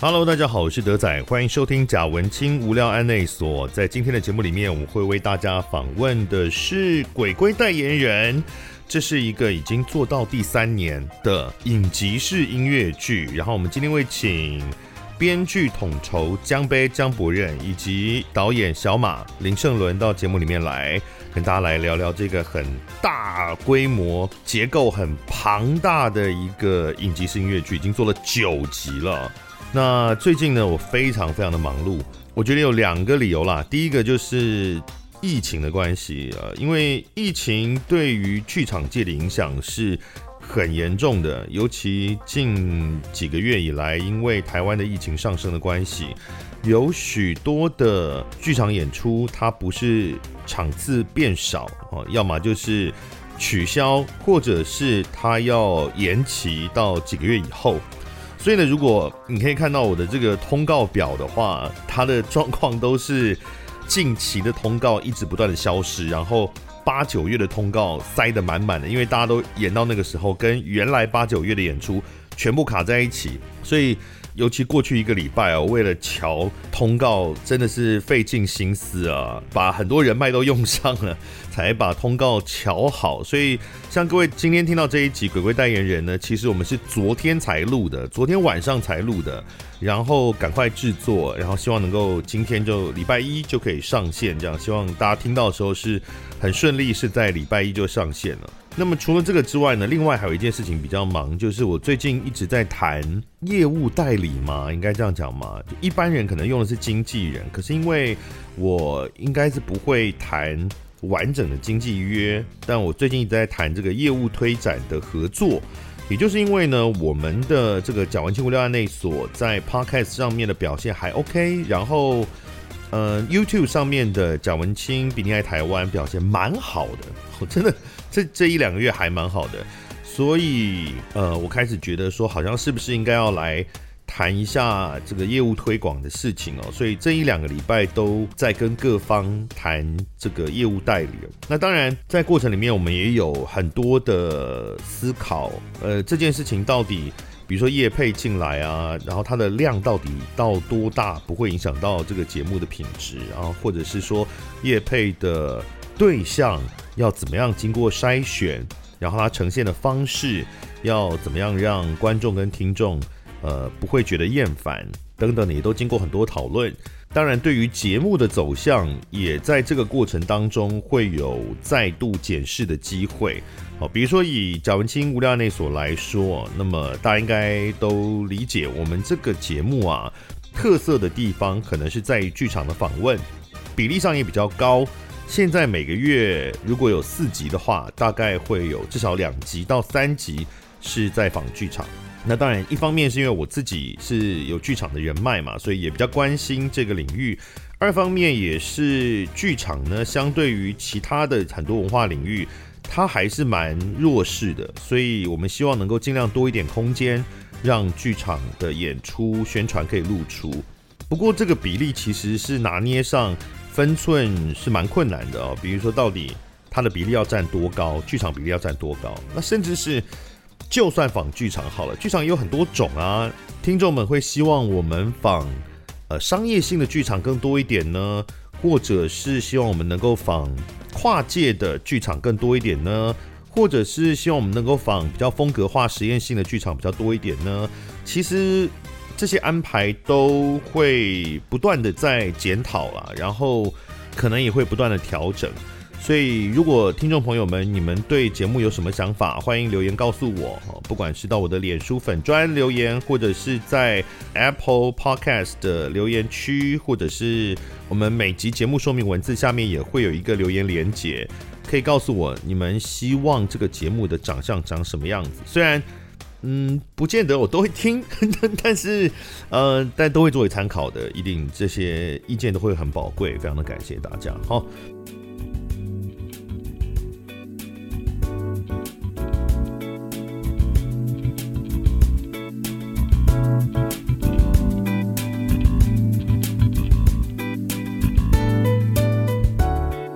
Hello，大家好，我是德仔，欢迎收听贾文清无聊案内所。在今天的节目里面，我们会为大家访问的是鬼鬼代言人，这是一个已经做到第三年的影集式音乐剧。然后我们今天会请编剧统筹江杯江博任以及导演小马林胜伦到节目里面来，跟大家来聊聊这个很大规模、结构很庞大的一个影集式音乐剧，已经做了九集了。那最近呢，我非常非常的忙碌，我觉得有两个理由啦。第一个就是疫情的关系，呃，因为疫情对于剧场界的影响是很严重的，尤其近几个月以来，因为台湾的疫情上升的关系，有许多的剧场演出它不是场次变少哦，要么就是。取消，或者是它要延期到几个月以后，所以呢，如果你可以看到我的这个通告表的话，它的状况都是近期的通告一直不断的消失，然后八九月的通告塞得满满的，因为大家都演到那个时候，跟原来八九月的演出全部卡在一起，所以。尤其过去一个礼拜哦，为了瞧通告，真的是费尽心思啊，把很多人脉都用上了，才把通告瞧好。所以，像各位今天听到这一集鬼鬼代言人呢，其实我们是昨天才录的，昨天晚上才录的，然后赶快制作，然后希望能够今天就礼拜一就可以上线，这样希望大家听到的时候是很顺利，是在礼拜一就上线了。那么除了这个之外呢，另外还有一件事情比较忙，就是我最近一直在谈业务代理嘛，应该这样讲嘛。就一般人可能用的是经纪人，可是因为我应该是不会谈完整的经纪约，但我最近一直在谈这个业务推展的合作。也就是因为呢，我们的这个讲完清无料案内所在 Podcast 上面的表现还 OK，然后呃 YouTube 上面的贾文清比你爱台湾表现蛮好的， 我真的这这一两个月还蛮好的，所以呃，我开始觉得说，好像是不是应该要来谈一下这个业务推广的事情哦。所以这一两个礼拜都在跟各方谈这个业务代理哦。那当然，在过程里面我们也有很多的思考，呃，这件事情到底。比如说业配进来啊，然后它的量到底到多大，不会影响到这个节目的品质啊，或者是说业配的对象要怎么样经过筛选，然后它呈现的方式要怎么样让观众跟听众呃不会觉得厌烦等等的，也都经过很多讨论。当然，对于节目的走向，也在这个过程当中会有再度检视的机会。好，比如说以贾文清无料内所来说，那么大家应该都理解，我们这个节目啊，特色的地方可能是在于剧场的访问，比例上也比较高。现在每个月如果有四集的话，大概会有至少两集到三集是在访剧场。那当然，一方面是因为我自己是有剧场的人脉嘛，所以也比较关心这个领域；二方面也是剧场呢，相对于其他的很多文化领域，它还是蛮弱势的，所以我们希望能够尽量多一点空间，让剧场的演出宣传可以露出。不过这个比例其实是拿捏上分寸是蛮困难的哦。比如说，到底它的比例要占多高，剧场比例要占多高，那甚至是就算仿剧场好了，剧场也有很多种啊。听众们会希望我们仿呃商业性的剧场更多一点呢，或者是希望我们能够仿跨界的剧场更多一点呢，或者是希望我们能够仿比较风格化、实验性的剧场比较多一点呢？其实这些安排都会不断的在检讨啦，然后可能也会不断的调整。所以，如果听众朋友们你们对节目有什么想法，欢迎留言告诉我。哦不管是到我的脸书粉专留言，或者是在 Apple Podcast 的留言区，或者是我们每集节目说明文字下面也会有一个留言连结，可以告诉我你们希望这个节目的长相长什么样子。虽然嗯，不见得我都会听， 但但是，呃，但都会作为参考的，一定这些意见都会很宝贵，非常的感谢大家。好，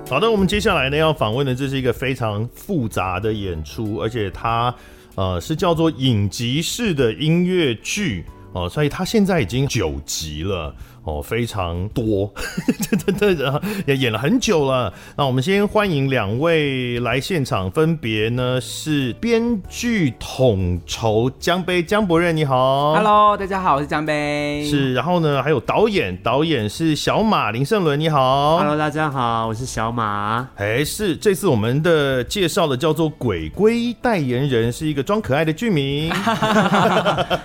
好的，我们接下来呢要访问的，这是一个非常复杂的演出，而且它呃是叫做影集式的音乐剧。哦，所以它现在已经九集了哦，非常多， 对对对，也演了很久了。那我们先欢迎两位来现场，分别呢是编剧统筹江杯江博任，你好 Hello，大家好，我是江杯。哦是，然后呢还有导演，导演是小马林胜伦，你好 Hello，大家好，我是小马。哎，是这次我们的介绍的叫做“鬼龟代言人”，是一个装可爱的剧 名，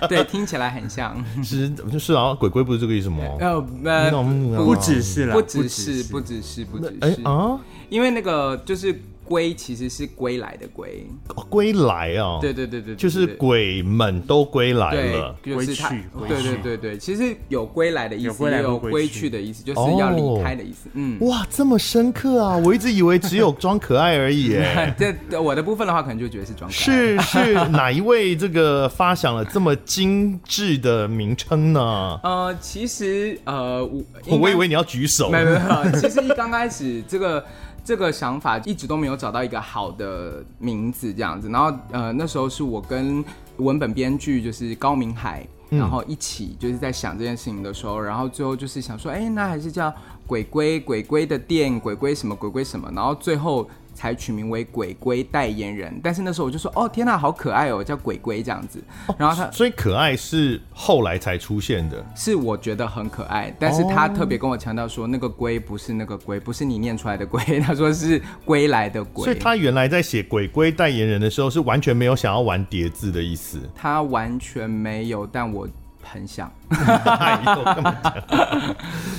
对，听起来很 像。是就是啊，鬼龟不是这个意思吗？呃呃嗯不只是啦，不啊只是，不只是，不只哎是，啊，因为那个就是归，其实是归来的归。哦归来啊，对，对对对，对就是对鬼们都归来对了，。就是他归去，归对对去对对，其实有归来的意有思，归来也有跟归归去去的意思，就是要哦离开的意思。嗯， 哇，这么深刻啊！我一直以为只有装可爱而 已，哎这我的部分的话，可能就觉得是装可爱是是哪一位这个发想了这么精致的名称呢？呃，其实呃，我应我该以为你要举手，没有没有没有， 其实一刚开始这个这个想法一直都没有找到一个好的名字这样子，然后呃那时候是我跟文本编剧就是高明海。然后一起就是在想这件事情的时候，然后最后就是想说，哎，那还是叫鬼龟鬼龟的店，鬼龟什么鬼龟什么，然后最后才取名为鬼龟代言人。但是那时候我就说，哦天呐，好可爱哦，叫鬼龟这样子。然后他所以可爱是后来才出现的。是我觉得很可爱，但是他特别跟我强调说，那个龟不是那个龟，不是你念出来的龟，他说是归来的所龟以。他原来在写鬼龟代言人的时候，是完全没有想要玩叠字的意 思。他完全没有，但我很想。哎呦干嘛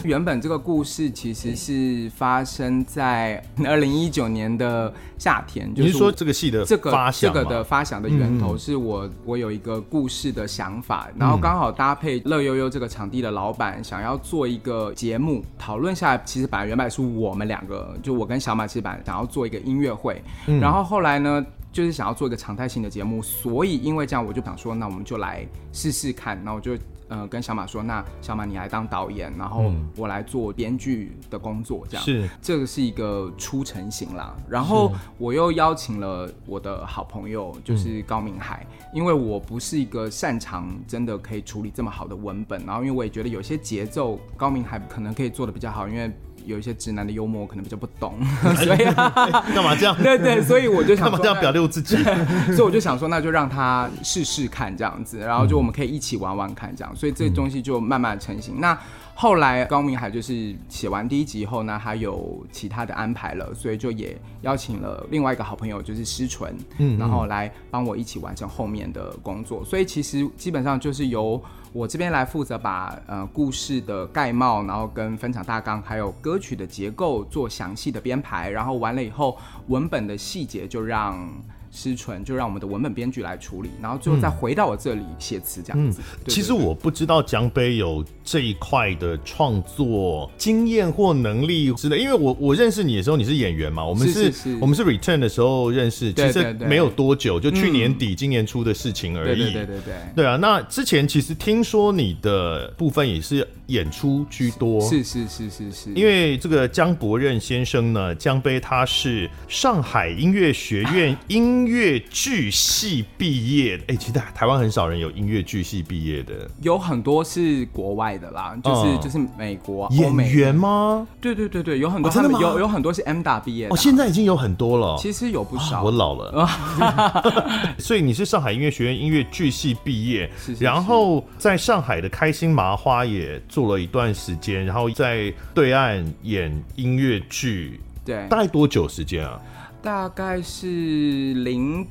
原本这个故事其实是发生在二零一九年的夏天，就你是是说我这个戏的这个发这想嗯吗个的发想的源头是我、我有一个故事的想法，然后刚好搭配乐悠悠这个场地的老板想要做一个节目讨论下来，其实本来原本是我们两个，就我跟小马其实本来想要做一个音乐会，嗯然后后来呢。就是想要做一个常态性的节目，所以因为这样，我就想说，那我们就来试试看。那我就呃跟小马说，那小马你来当导演，然后嗯我来做编剧的工作，这样是这个是一个初成型啦。然后我又邀请了我的好朋友，就是高明海，因为我不是一个擅长真的可以处理这么好的文本，然后因为我也觉得有些节奏，高明海可能可以做的比较好，因为。有一些直男的幽默，我可能比较不懂， 所以、啊干嘛这样？ 对对，所以我就想 干嘛说这样那表六自己？ 所以我就想说，那就让他试试看这样子，然后就我们可以一起玩玩看这样，所以这东西就慢慢地成型。那后来高明海就是写完第一集以后呢，他有其他的安排了，所以就也邀请了另外一个好朋友，就是施纯，然后来帮我一起完成后面的工作。所以其实基本上就是由我这边来负责把呃故事的概貌，然后跟分场大纲，还有歌曲的结构做详细的编排，然后完了以后文本的细节就让。失纯，就让我们的文本编剧来处理，然后最后再回到我这里写词这样子。嗯对其实我不知道江杯有这一块的创作经验或能力之类，因为我我认识你的时候你是演员嘛，我们是是是是我们是 return 的时候认识，对其实对对嗯没有多久，就去年底今年初的事情而对已。对对对对，对啊，那之前其实听说你的部分也是演出居多，是是是是是，哦因为为这个江伯任先生呢，江杯他是上海音乐学院音乐剧系毕业的。哎、其实台湾很少人有音乐剧系毕业的有很多是国外的啦，就是、嗯就是美国、欧演美，员吗？对对对对，有很多哦真他的们、吗有有很多是 M 大毕业的哦，啊，现在已经有很多了。其实有不啊少。我老了， 所以你是上海音乐学院音乐剧系毕业，是是然后在上海的开心麻花也做了一段时间，然后在对岸演音乐剧，对，大概多久时间啊？大概是零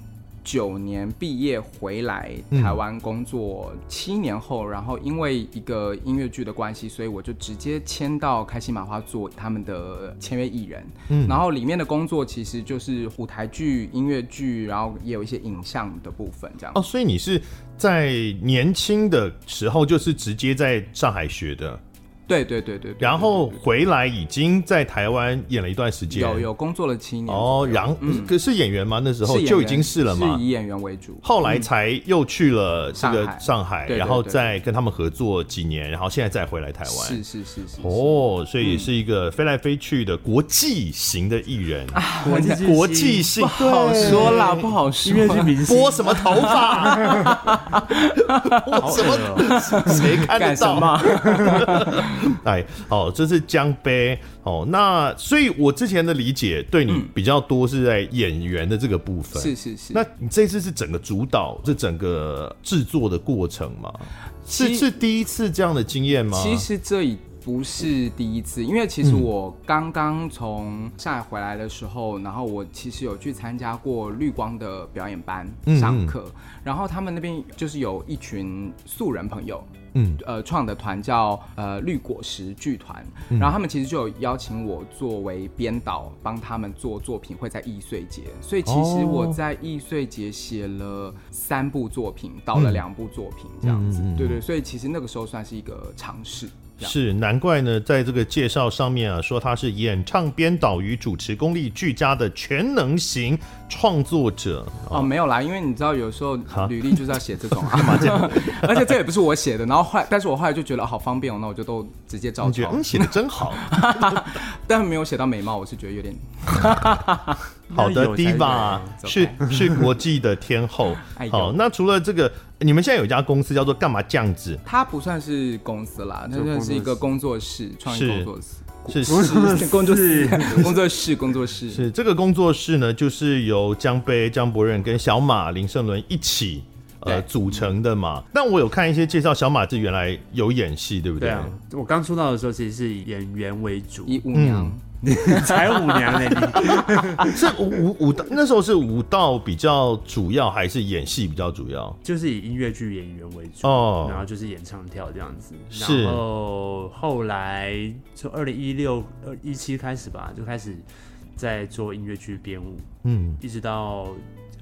九年毕业回来嗯台湾工作七年后，然后因为一个音乐剧的关系，所以我就直接签到开心麻花做他们的签约艺人。嗯，然后里面的工作其实就是舞台剧、音乐剧，然后也有一些影像的部分这样。哦，所以你是在年轻的时候就是直接在上海学的，对对对对对然后回来已经在台湾演了一段时间，有有工作了七年哦，然后可是演员吗？那时左候右，是演员就已经是了嘛是。以演员为主。后来才又去了这个上海上海，对对然后对再跟他们合作几年，然后现在再回来台湾。是是是是，哦，所以也是一个飞来飞去的国际型的艺人，国际巨星国际性啊不好说啦，不好说 音。乐 剧明星拨什么头发？好恶 哦，谁看得干什到？么？ 哎，好，这是江杯。哦，那所以我之前的理解对你比较多是在演员的这个部分。嗯是是是。那你这次是整个主导这整个制作的过程吗？是其是第一次这样的经验吗？其实这已不是第一次，因为其实我刚刚从上海回来的时候，然后我其实有去参加过绿光的表演班嗯上课，然后他们那边就是有一群素人朋友。嗯，呃，创的团叫呃绿果实剧团，嗯然后他们其实就有邀请我作为编导，帮他们做作品，会在易碎节，所以其实我哦在易碎节写了三部作品，导了两部作品这样嗯子，嗯嗯嗯嗯对对，所以其实那个时候算是一个尝试。这样是难怪呢，在这个介绍上面啊，说他是演唱、编导与主持功力俱佳的全能型创作者。哦，没有啦，因为你知道，有时候哈履历就是要写这种 啊， 而且这也不是我写的。然后后来，但是我后来就觉得好方便哦，那我就都直接照你觉抄得，嗯写的真 好，但没有写到美貌，我是觉得有点好的那有才，Diva 有是是国际的天后哎。呦好，那除了这个，你们现在有一家公司叫做干嘛酱子？它不算是公司啦，那就算是一个工作室工作室，创意是工作室，是 工作室是，工作室，工作室。是这个工作室呢，就是由江杯、江博任跟小马林胜伦一起呃对组成的嘛。但我有看一些介绍，小马这原来有演戏，对不对对？啊，我刚出道的时候其实是以演员为 主，以舞娘，嗯才舞娘嘞，你 是舞舞舞蹈那时候是舞蹈比较主要，还是演戏比较主要？就是以音乐剧演员为主，哦然后就是演唱跳这样子，是然后后来从二零一六、二一七开始吧，就开始在做音乐剧编舞，嗯，一直到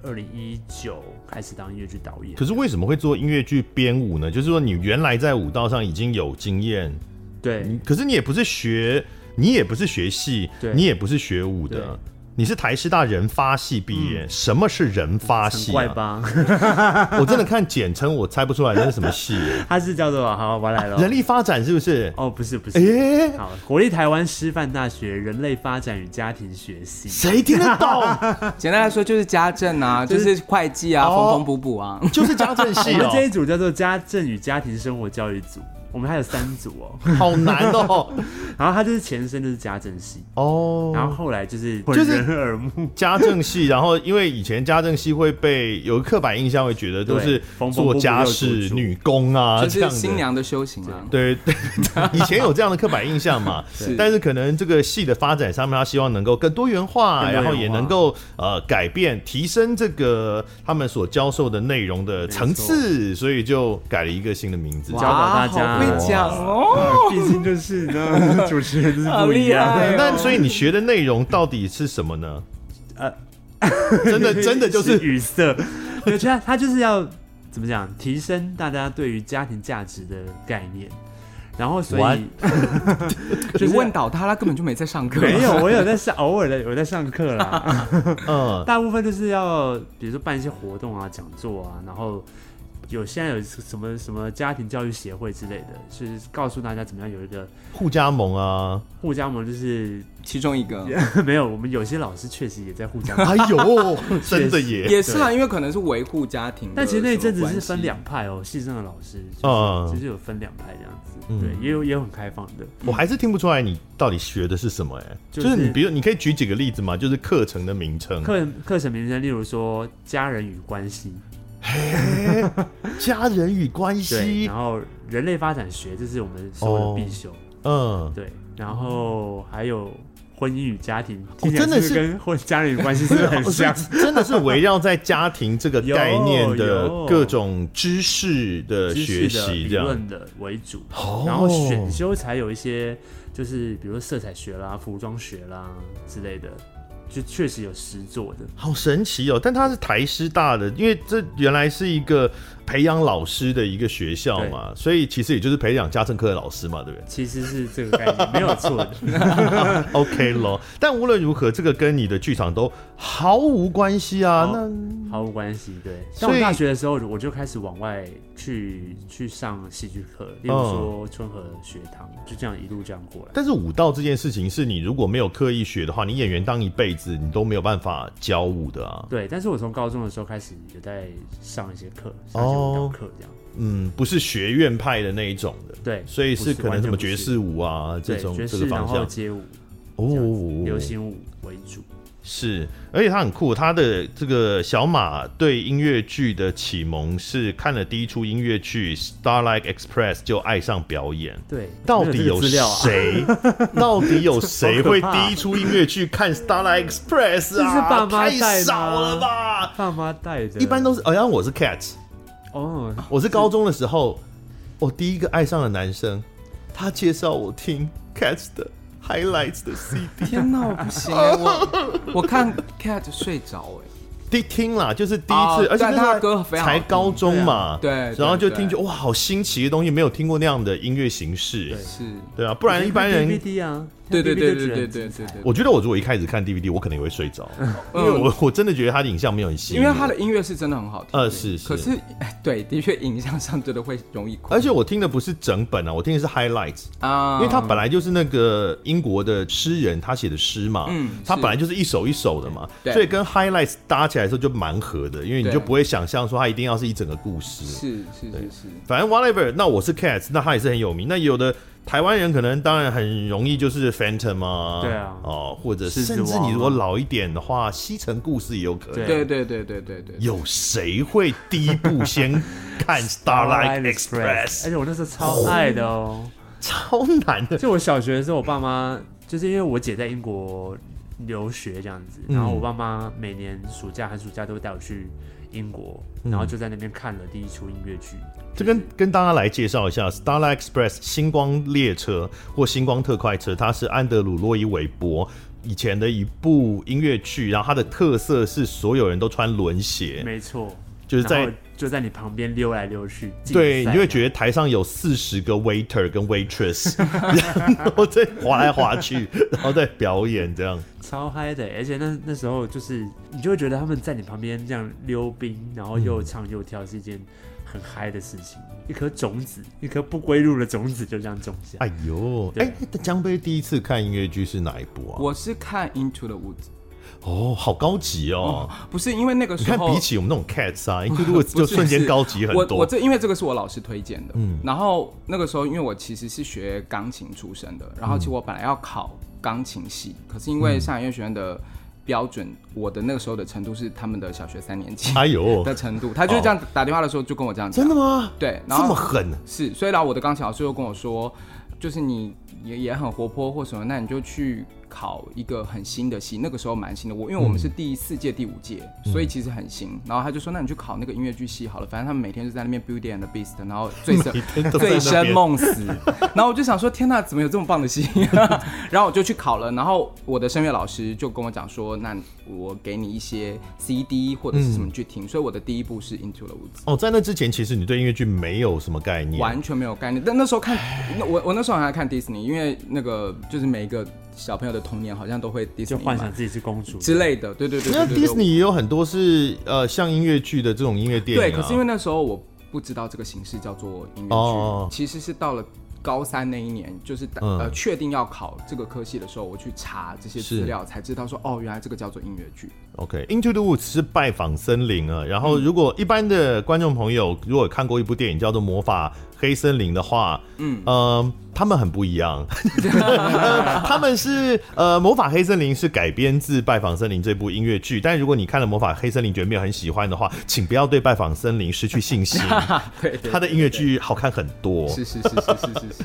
二零一九开始当音乐剧导演可。是为什么会做音乐剧编舞呢？就是说你原来在舞蹈上已经有经验，对，可是你也不是学，你也不是学戏，对你也不是学舞的对。嗯你是台师大人发系毕业，什么是人发很系、怪啊？吧？ 我真的看简称，我猜不出来那是什么系耶、他是叫做好，我来了。人力发展是不是？哦，不是不是，哎、好，国立台湾师范大学人类发展与家庭学系。谁听得 懂？简单来说就是家政啊，就是会计啊，哦缝缝补补啊。就是家政系我们哦、这一组叫做家政与家庭生活教育组，我们还有三组哦。 好难哦、 然后它就是前身就是家政系，哦，然后后来就是是混人耳目，家政系，然后因为以前家政系会被有刻板印象，会觉得都是对缝缝补做补家又事、煮煮女工啊就这是样新的。娘的修行啊。对，对 以前有这样的刻板印象 嘛，是但是可能这个系的发展上面，他希望能够更多元化，更多元然化后也能够呃改变、提升这个他们所教授的内容的层次，所以就改了一个新的名字。教导大家好会讲哦，毕竟就是 呢，主持人就是好不一厉害样。哦。那所以你学的内容到底是什么呢？ 真 的真的就是语塞，我觉得他就是要怎么讲，提升大家对于家庭价值的概念。然后所 What？以你就是问倒他，他根本就没在上课。没有，我有在上，偶尔的有在上课啦。嗯，大部分就是要，比如说办一些活动啊、讲座啊，然后有现在有什么什么家庭教育协会之类的，是告诉大家怎么样有一个互加盟啊，互加盟，就是 其中 一个没有，我们有些老师确实也在互加盟。哎 呦，真的耶，也是啦，啊因为可能是维护家庭的什么关 但系。其实那一阵子是分两派哦，系上的老师就是、嗯就是有分两派这样子，嗯对，也有也有很开放的，我还是听不出来你到底学的是什么哎、就、就是是你，比如你可以举几个例子吗？就是课程的名称，课课程名称，例如说家人与关系，哎家人与关对，系然，后人类发展学，这是我们所有的必修，嗯，对，然后还有婚姻与家庭，哦听起来真的是是不跟婚家人与关系是不是很像？真的是围绕在家庭 这个概念的有有各种知识的知学识的习，理这样。论的为主，哦然后选修才有一些，就是比如说色彩学啦、服装学啦之类的，就确实有实作的。好神奇哦！但它是台师大的，因为这原来是一个培养老师的一个学校嘛，所以其实也就是培养家政课的老师嘛，对不对其实是这个概念没有错 的。嗯 ？OK 咯。但无论如何，这个跟你的剧场都毫无关系啊。好那毫无关系。对，所但以我大学的时候，我就开始往外去去上戏剧课，例如嗯说春和学堂，就这样一路这样过来。但是舞蹈这件事情是你如果没有刻意学的话，你演员当一辈子你都没有办法教舞的啊。对，但是我从高中的时候开始有在上一些课，上一些哦舞蹈课这样。嗯，不是学院派的那一种的，对，所以是可不能完什全么不爵是士舞啊这对种爵这士，个然方后向街舞、哦这样子流行舞为主。是，而且他很酷，他的这个小马对音乐剧的启蒙是看了第一出音乐剧《Starlight Express》就爱上表演。对，到没底有这个资料啊？谁？ 到底有谁会好可怕第一出音乐剧看《Starlight Express》啊？这是爸妈带太吗少了吧？爸妈带的，一般都是，好、像我是 Cat，哦，我是高中的时候，我第一个爱上的男生，他介绍我听 Cat 的 Highlights 的 CD。天哪，我不行欸，我 我看 cat 睡着哎， 第听啦，就是第一次，哦而且那时对他候的歌非常好才听高中嘛，对啊对然后就哦对听觉哇，好新奇的东西，没有听过那样的音乐形式，对是，对啊，不然一般人， DVD 啊，对对对 DVD 对就觉对得很对精对彩对，我觉得我如果一开始看 DVD，我可能也会睡着，因 嗯为我我真的觉得他的影像没有很吸引因我，为他的音乐是真的很好听，呃是是可是 哎对，的确影像上真的会容易哭，而且我听的不是整本啊，我听的是 highlights，啊因为他本来就是那个英国的诗人他写的诗嘛，嗯他是本来就是一首一首的嘛，对所以跟 highlights 搭起来的时候就蛮合的，因为你对就不会想象说他一定要是一整个故事，是是是是，反正 whatever，那我是 Cats，那他也是很有名。那有的台湾人可能当然很容易就是 Phantom 啊，对啊哦，或者狮子甚王啊至你如果老一点的话，《西城故事》也有可能。对对对对对对对，有谁会第一步先看 Starlight Express？而且我那时候超爱的哦。超难的， 就我小学的时候，我爸妈就是因为我姐在英国留学这样子，嗯然后我爸妈每年暑假、寒暑假都会带我去英国，然后嗯就在那边看了第一出音乐剧。这跟跟大家来介绍一下 Starlight Express 星光列车或星光特快车，它是安德鲁·洛伊·韦伯以前的一部音乐剧，然后它的特色是所有人都穿轮鞋，没错，就是在然后就在你旁边溜来溜去，对，你就会觉得得台上有四十个 waiter 跟 waitress，然后在滑来滑去，然后在表演这样。超嗨的。欸而且那那时候就是你就会觉得他们在你旁边这样溜冰，然后嗯又唱又跳是一件很嗨的事情。一颗种子，一颗不归路的种子就这样种下。哎呦，对哎，江杯第一次看音乐剧是哪一部啊？我是看 Into the Woods，哦，好高级哦！不是因为那个你时看，候比起我们那种 cats 啊，如果不就是瞬间是高级很我我多。这因为这个是我老师推荐的，嗯然后那个时候因为我其实是学钢琴出身的，然后嗯其实我本来要考钢琴系，可是因为上海音乐学院的标准，我的那个时候的程度是他们的小学三年级哎呦，哦的程度，他就是这样打电话的时候就跟我这样讲，真的吗？对，这然后么狠？是，所以然后我的钢琴老师又跟我说，就是你也也很活泼或什么，那你就去考一个很新的系，那个时候蛮新的。我因为我嗯们是第四届、第五届，所以其实很新。然后他就说，那你去考那个音乐剧系好了，反正他们每天就在那边 Beauty and the Beast，然后醉生 天都在醉那边生梦死。然后我就想说，天呐，怎么有这么棒的戏？ 然后我就去考了。然后我的声乐老师就跟我讲说，那我给你一些 CD 或者是什嗯么去听。所以我的第一步是 Into the Woods。哦，在那之前，其实你对音乐剧没有什么概念。完全没有概念。但那时候看，那我我那时候还在看迪士尼，因为那个就是每一个小朋友的童年好像都会迪士就尼幻想自己是公啊主，之类的，对对对那对对迪士尼也有很多是呃，像音乐剧的这种音乐电对。影啊。可是因为那时候我不知道这个形式叫做音乐剧，哦其实是到了。高三那一年，就是、嗯呃确定要考这个科系的时候，我去查这些资料，才知道说哦，原来这个叫做音乐 剧。 OK，Into、the Woods 是拜访森林啊。然后，如果一般的观众朋友如果有看过一部电影叫做《魔法黑森林》的话，嗯，呃，他们很不一样， 他们是呃，《魔法黑森林》是改编自《拜访森林》这部音乐剧。但如果你看了《魔法黑森林》觉得没有很喜欢的话，请不要对《拜访森林》失去信心。对对对他的音乐剧好看很多，是是是 嗯是是是是，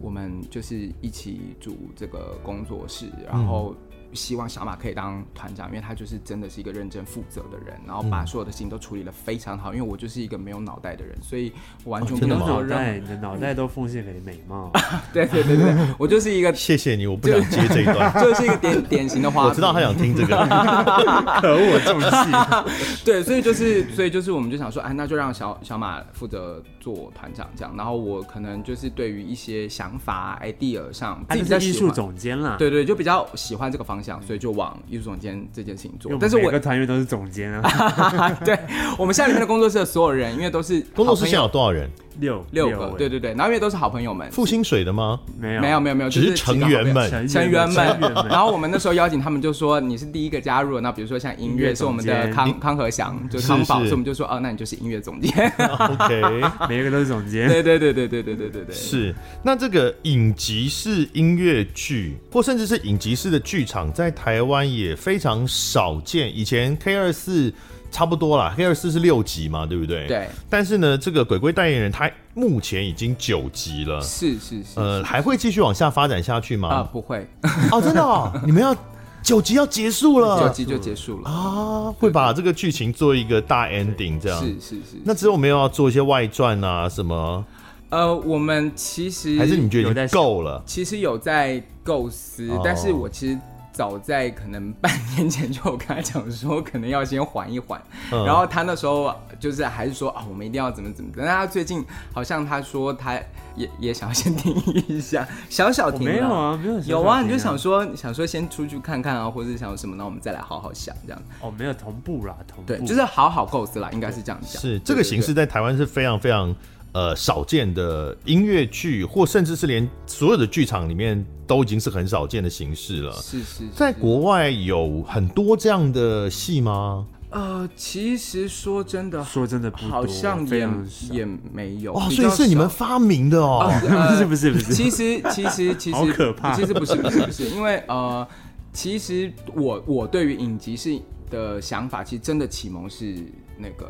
我们就是一起组这个工作室，然后希望小马可以当团长，因为他就是真的是一个认真负责的人，然后嗯把所有的事情都处理得非常好。因为我就是一个没有脑袋的人，所以我完全哦不真你的的能吗做脑任袋，你的脑嗯袋都奉献给美 貌，何。对对对对，对我就 是一个谢谢你，我不想接这一 段。就是一个典典型的花我瓶。知道他想听这个，可我中计。对，所以就是，所以就是，我们就想说，哎、那就让小小马负责做团长这样，然后我可能就是对于一些想法、idea 上，他自己就啊在是艺喜术欢，总监啦，对对，就比较喜欢这个方向，所以就往艺术总监这件事情因为做我。们但是每我个团员都是总监 啊，对我们现在里面的工作室的所有人，因为都是工作室现在好有多少人？六朋友六个，位对对对，然后因为都是好朋友们，付薪水的吗？没有没有没有没有，只就是是几个好成朋友员们。成成员员们成员，们然后我们那时候邀请他们，就说你是第一个加入的。那比如说像音音乐乐是我们总的监康康和祥，就是是康宝，是所以我们就说哦，那你就是音乐总监。 OK，每一个都是总监。对对对对对对对对对，是。那这个影集式音乐剧，或甚至是影集式的剧场，在台湾也非常少见。以前 K 二四差不多啦，K 二四是六集嘛，对不对？。对，但是呢，这个鬼鬼代言人他目前已经九集了，是是是，呃，还会继续往下发展下去啊，吗？不会， 哦，真的哦，你们要九集要结束 九了集就结束了。啊，会把这个剧情做一个大 ending 这样。是是是，那之后没有要做一些外传啊什么，呃，我们其实还是你们觉得已有经在够了？其实有在构思哦，但是我其实早在可能半年前就有跟他讲说，可能要先缓一缓。嗯然后他那时候就是还是说啊，我们一定要怎么怎么的。但他最近好像他说他也也想要先停一下， 小小我停了。没有啊，没有有啊，你就想说想说先出去看看啊，或者想什么，那我们再来好好想这样。哦，没有同步啦，同步对，就是好好构思啦，应该是这样嗯讲。是对这个形。对对式在台湾是非常非常呃少见的音乐剧，或甚至是连所有的剧场里面都已经是很少见的形式了。是是是，在国外有很多这样的戏吗？呃，其实说真的，说真的不多好像非也常少 也没有哇，比哦所以较是你们少发明的哦、呃不是不是不是其实其实其实好可怕其实不是不是不是，因为呃，其实我我对于影集是的想法，其实真的启蒙是那个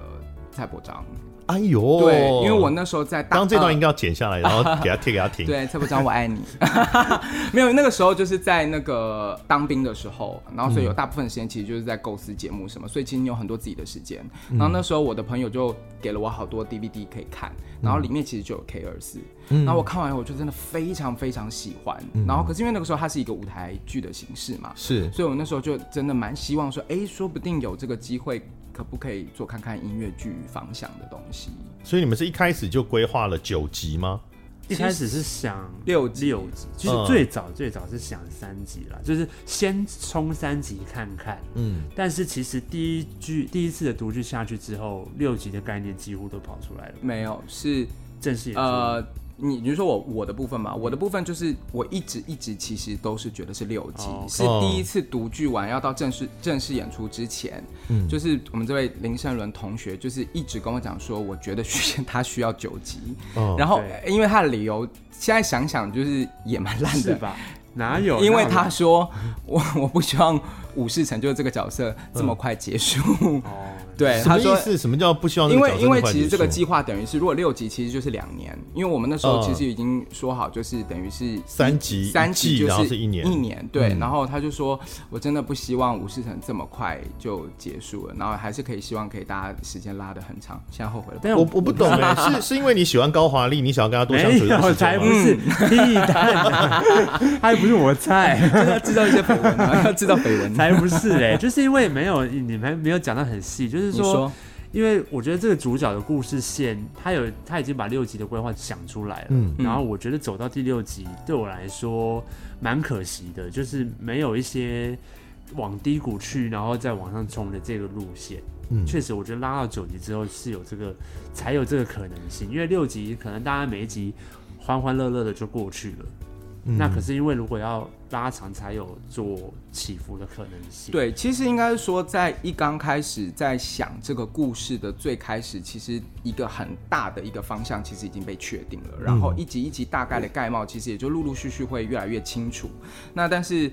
蔡伯章，哎呦，对，因为我那时候在大刚刚这段应呃该要剪下来，然后给他贴给他听。 对，蔡伯章，我爱你。没有，那个时候就是在那个当兵的时候，然后所以有大部分时间其实就是在构思节目什么，所以其实你有很多自己的时间。然后那时候我的朋友就给了我好多 DVD 可以看，然后里面其实就有 K 二四，然后我看完以后我就真的非常非常喜欢。然后可是因为那个时候它是一个舞台剧的形式嘛，是所以我那时候就真的蛮希望说，哎，说不定有这个机会，可不可以做看看音乐剧方向的东西？所以你们是一开始就规划了九集吗？一开始是想六集六集，其实嗯最早最早是想三集啦，就是先冲三集看看。嗯，但是其实第一剧第一次的独剧下去之后，六集的概念几乎都跑出来了，没有，是正式演出。呃，你你是说我我的部分嘛？我的部分就是我一直一直其实都是觉得是六集，哦是第一次独剧完要到正式正式演出之前，就是我们这位林胜伦同学就是一直跟我讲说，我觉得需他需要九集，哦然后对因为他的理由，现在想想就是也蛮烂是的。吧？哪 有？因为哪有他说，我我不希望武士成就是这个角色这么快结束。 哦，对，什哎他么说意思？什么叫不希望那因个角为色因为那么快其实结这个束计划等于是，如果六集其实就是两年，因为我们那时候其实已经说好，就是等于是嗯三集一三季集就然后是一年一年对。嗯然后他就说，我真的不希望武士城这么快就结束了，然后还是可以希望可以大家时间拉得很长。现在后悔了，但我我不懂哎、是是因为你喜欢高华丽，你想要跟他多相处一没段有，时间才吗不是屁蛋啊， 还不是我菜。 就是 要制造一些绯闻啊，要制造绯 闻。才不是嘞、就是因为没有你们还没有讲到很细，就你是说，说因为我觉得这个主角的故事线，他有他已经把六集的规划想出来了，嗯然后我觉得走到第六集对我来说蛮可惜的，就是没有一些往低谷去，然后再往上冲的这个路线。嗯确实，我觉得拉到九集之后是有这个才有这个可能性，因为六集可能大家每一集欢欢乐乐的就过去了。嗯那可是因为如果要拉长，才有做起伏的可能性。对，其实应该是说，在一刚开始在想这个故事的最开始，其实一个很大的一个方向其实已经被确定了，然后一集一集大概的概貌，其实也就陆陆续续会越来越清楚。那但是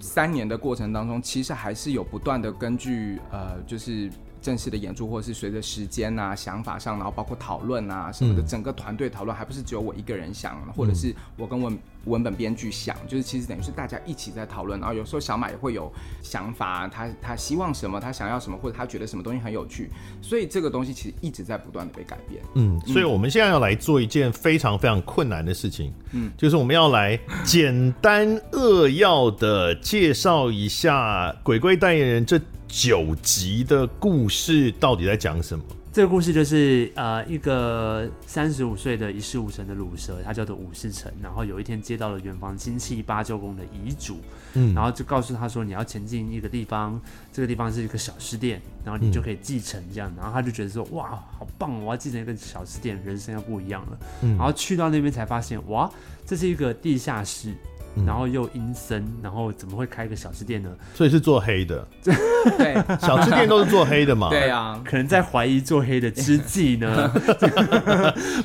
三年的过程当中，其实还是有不断的根据呃，就是。正式的演出，或者是随着时间啊、想法上，然后包括讨论啊什么的，整个团队讨论，还不是只有我一个人想，或者是我跟文文本编剧想，就是其实等于是大家一起在讨论。然后有时候小马也会有想法，他他希望什么，他想要什么，或者他觉得什么东西很有趣，所以这个东西其实一直在不断的被改变。嗯，所以我们现在要来做一件非常非常困难的事情，嗯，就是我们要来简单扼要的介绍一下《鬼鬼代言人》这九集的故事到底在讲什么。这个故事就是呃，一个三十五岁的一事无成的乳蛇，他叫做武士成，然后有一天接到了远房亲戚八舅公的遗嘱，嗯然后就告诉他说你要前进一个地方，这个地方是一个小吃店，然后你就可以继承这样，然后他就觉得说哇，好棒哦，我要继承一个小吃店，人生要不一样了。然后去到那边才发现，哇，这是一个地下室。然后又阴森，然后怎么会开一个小吃店呢？所以是做黑的，对，小吃店都是做黑的 嘛。对啊，可能在怀疑做黑的之际呢，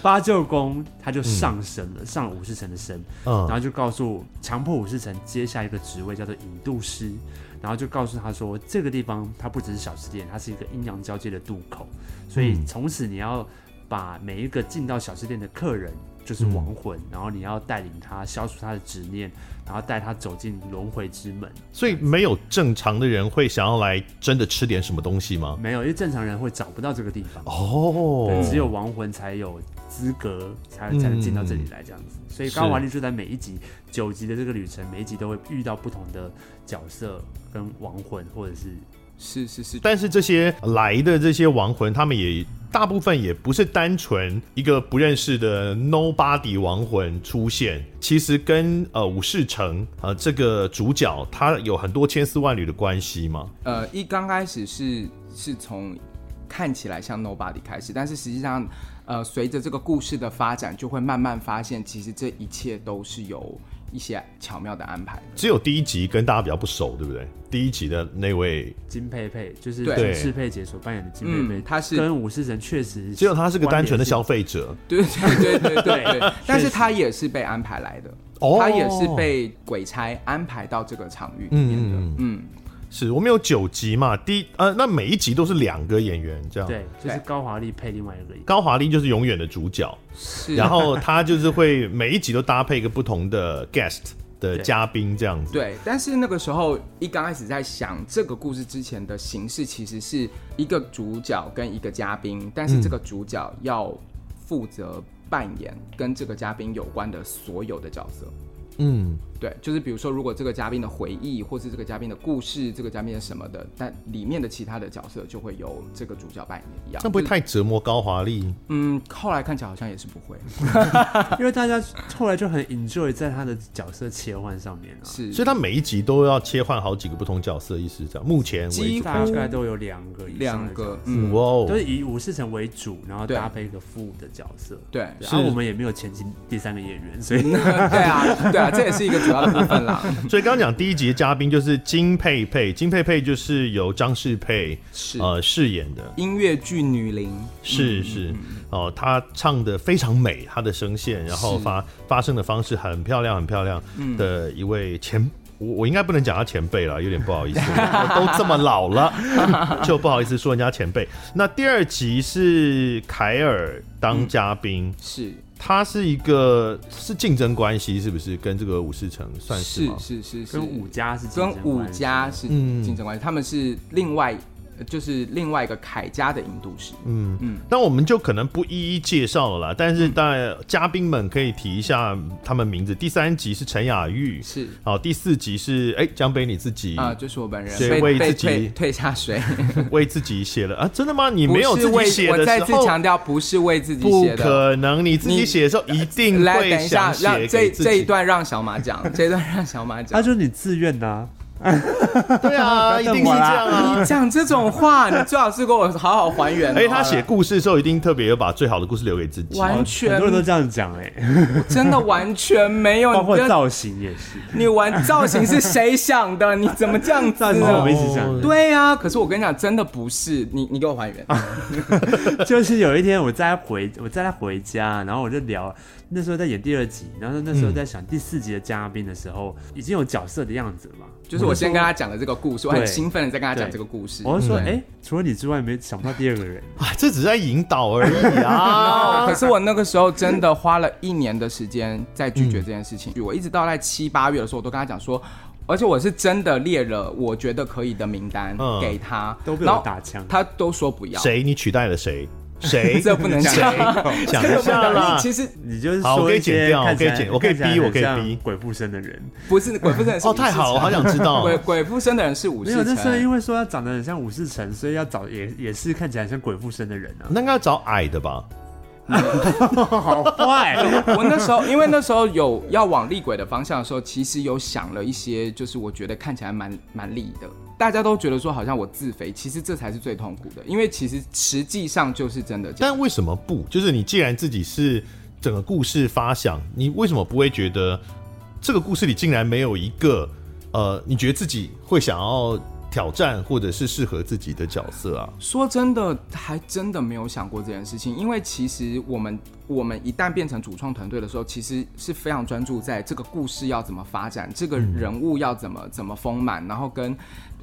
八舅公他就上身了，上武士城的身，然嗯，后就告诉强迫武士城接下一个职位叫做引渡师，然后就告诉他说，这个地方它不只是小吃店，它是一个阴阳交界的渡口，所以嗯从此你要把每一个进到小吃店的客人。就是亡魂，然后你要带领他消除他的执念，然后带他走进轮回之门。所以没有正常的人会想要来真的吃点什么东西吗？没有，因为正常人会找不到这个地方。哦对，，只有亡魂才有资格才才能进到这里来这样子。所以是高华丽就在每一集九集的这个旅程，每一集都会遇到不同的角色跟亡魂，或者是是是是，但是这些来的这些亡魂，他们也大部分也不是单纯一个不认识的 nobody 亡魂出现，其实跟呃武士成呃这个主角他有很多千丝万缕的关系嘛。呃，一刚开始是是从看起来像 nobody 开始，但是实际上，呃，随着这个故事的发展，就会慢慢发现，其实这一切都是有一些巧妙的安排的。只有第一集跟大家比较不熟，对不对？第一集的那位，金佩佩，就是对金世佩姐所扮演的金佩佩，嗯她是跟武士神确实只有他是个单纯的消关费者，对对对对对对但是确实他也是被安排来的，哦他也是被鬼差安排到这个场域里面的。嗯嗯，是我们有九集嘛？第一呃，那每一集都是两个演员这样。点是，对，就是高华丽配另外一个。高华丽就是永远的主角， 是。然后他就是会每一集都搭配一个不同的 guest 的嘉宾这样子。对，但是那个时候一刚开始在想这个故事之前的形式，其实是一个主角跟一个嘉宾，但是这个主角要负责扮演跟这个嘉宾有关的所有的角色。嗯，对，就是比如说，如果这个嘉宾的回忆，或是这个嘉宾的故事，这个嘉宾的什么的，但里面的其他的角色就会由这个主角扮演一样。那不会太折磨高华丽？嗯，后来看起来好像也是不会，因为大家后来就很 enjoy 在他的角色切换上面啊，是所以他每一集都要切换好几个不同角色，意思是这样。目前为几止，大概都有两个以上两的角个色，，嗯，哇哦都，是以武士城为主，然后对搭配一个副的角色。对，对是嗯啊，我们也没有前进第三个演员，所以 对啊，对啊，这也是一个主要的部分啦。所以刚刚讲第一集的嘉宾就是金佩佩，金佩佩就是由张世佩是呃饰演的，音乐剧女伶，是嗯是哦，她唱的非常美，她的声线，然后是嗯发发声的方式很漂亮，很漂亮的一位前。我我应该不能讲她前辈了，有点不好 意思，我都这么老了， 就不好意思说人家前辈。那第二集是凯尔当嘉宾，是他是一个是竞争关系，是不是跟这个武士城算是是吗？是是是跟武家是竞争跟武关系家是嗯竞争关系，他们是另外呃就是另外一个凯家的引渡师，嗯嗯那我们就可能不一一介绍了啦，但是当然嘉宾们可以提一下他们名字。第三集是陈雅玉，是好，第四集是哎江北你自己啊，就是我本人谁被为被自己退退下水，为自己写了啊，真的吗？ 你没有不是自己为写我的再时次候，强调，不是为自己不写的。可能，你自己你写的时候一定来，会等一下，想让写这给自这一己。段让小马讲，这一段让小马他讲。就是你自愿的、啊， 对啊，一定是这样啊。你讲这种话，你最好是给我好好还原哦。而哎且他写故事的时候，一定特别有把最好的故事留给自己。完很全多人都这样讲哎、 真的完全没哦有，包你不括要造型也是，你玩造型是谁想的？你怎么 这样子造型哦是我呢们？一起讲的。对啊，可是我跟你讲，真的不是你，你给 我还原。就是有一天我在回我在回家，然后我就聊那时候在演第二集，然后那时候嗯在想第四集的嘉宾的时候，已经有角色的样子了嘛。就是我先跟他讲了这个故事，我很对兴奋的在跟他讲这个故事。我就说，嗯哎、除了你之外，没想不到第二个人。啊，这只是在引导而已啊。哦 可是我那个时候真的花了一年的时间在拒绝这件事情，我一直到在七八月的时候，我都跟他讲说，而且我是真的列了我觉得可以的名单嗯给他，都被然我后打枪他都说不要， 谁？你取代了谁？ 谁？这不能谁讲，讲一下啦。其实你就是好我说可以一些剪掉看起来我可以剪我可以看起逼来我可以很像逼鬼附身的人。不是鬼附身的是哦，武士太好了，我成好想知 道鬼。鬼附身的人是武没士有，那时候成，因为说要长得很像武士成，所以要找也也是看起来像鬼附身的人 啊，那应该要找矮的吧？好坏。我那时候因为那时候有要往厉鬼的方向的时候，其实有想了一些，就是我觉得看起来蛮蛮厉的。大家都觉得说好像我自肥，其实这才是最痛苦的，因为其实实际上就是真的这样。但为什么不？就是你既然自己是整个故事发想，你为什么不会觉得这个故事里竟然没有一个呃，你觉得自己会想要挑战或者是适合自己的角色啊？说真的，还真的没有想过这件事情，因为其实我们我们一旦变成主创团队的时候，其实是非常专注在这个故事要怎么发展，这个人物要怎么怎么丰满，然后跟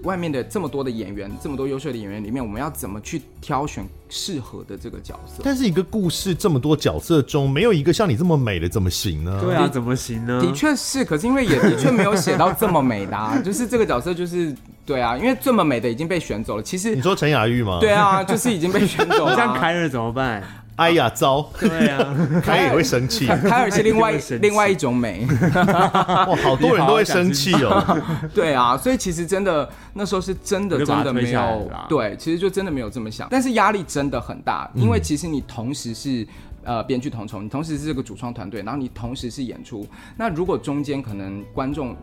外面的这么多的演员，这么多优秀的演员里面，我们要怎么去挑选适合的这个角色。但是一个故事这么多角色中，没有一个像你这么美的，怎么行呢？对啊，怎么行呢？的确是，可是因为也的确没有写到这么美的、 啊，就是这个角色就是对啊，因为这么美的已经被选走了。其实你说陈雅玉吗？对， 啊，就是已经被选走了、啊这样凯尔怎么办？哎呀，糟，对啊，凯也会生气，凯凯尔是另外他一定会生气另外一种美，哇，好多人都会生气哦。 对啊，所以其实真的那时候是真的我就把真他的没推下来有了啦对，其实就真的没有这么想，但是压力真的很大，嗯因为其实你同时是。呃，编剧统筹，你同时是这个主创团队，然后你同时是演出。那如果中间可能观众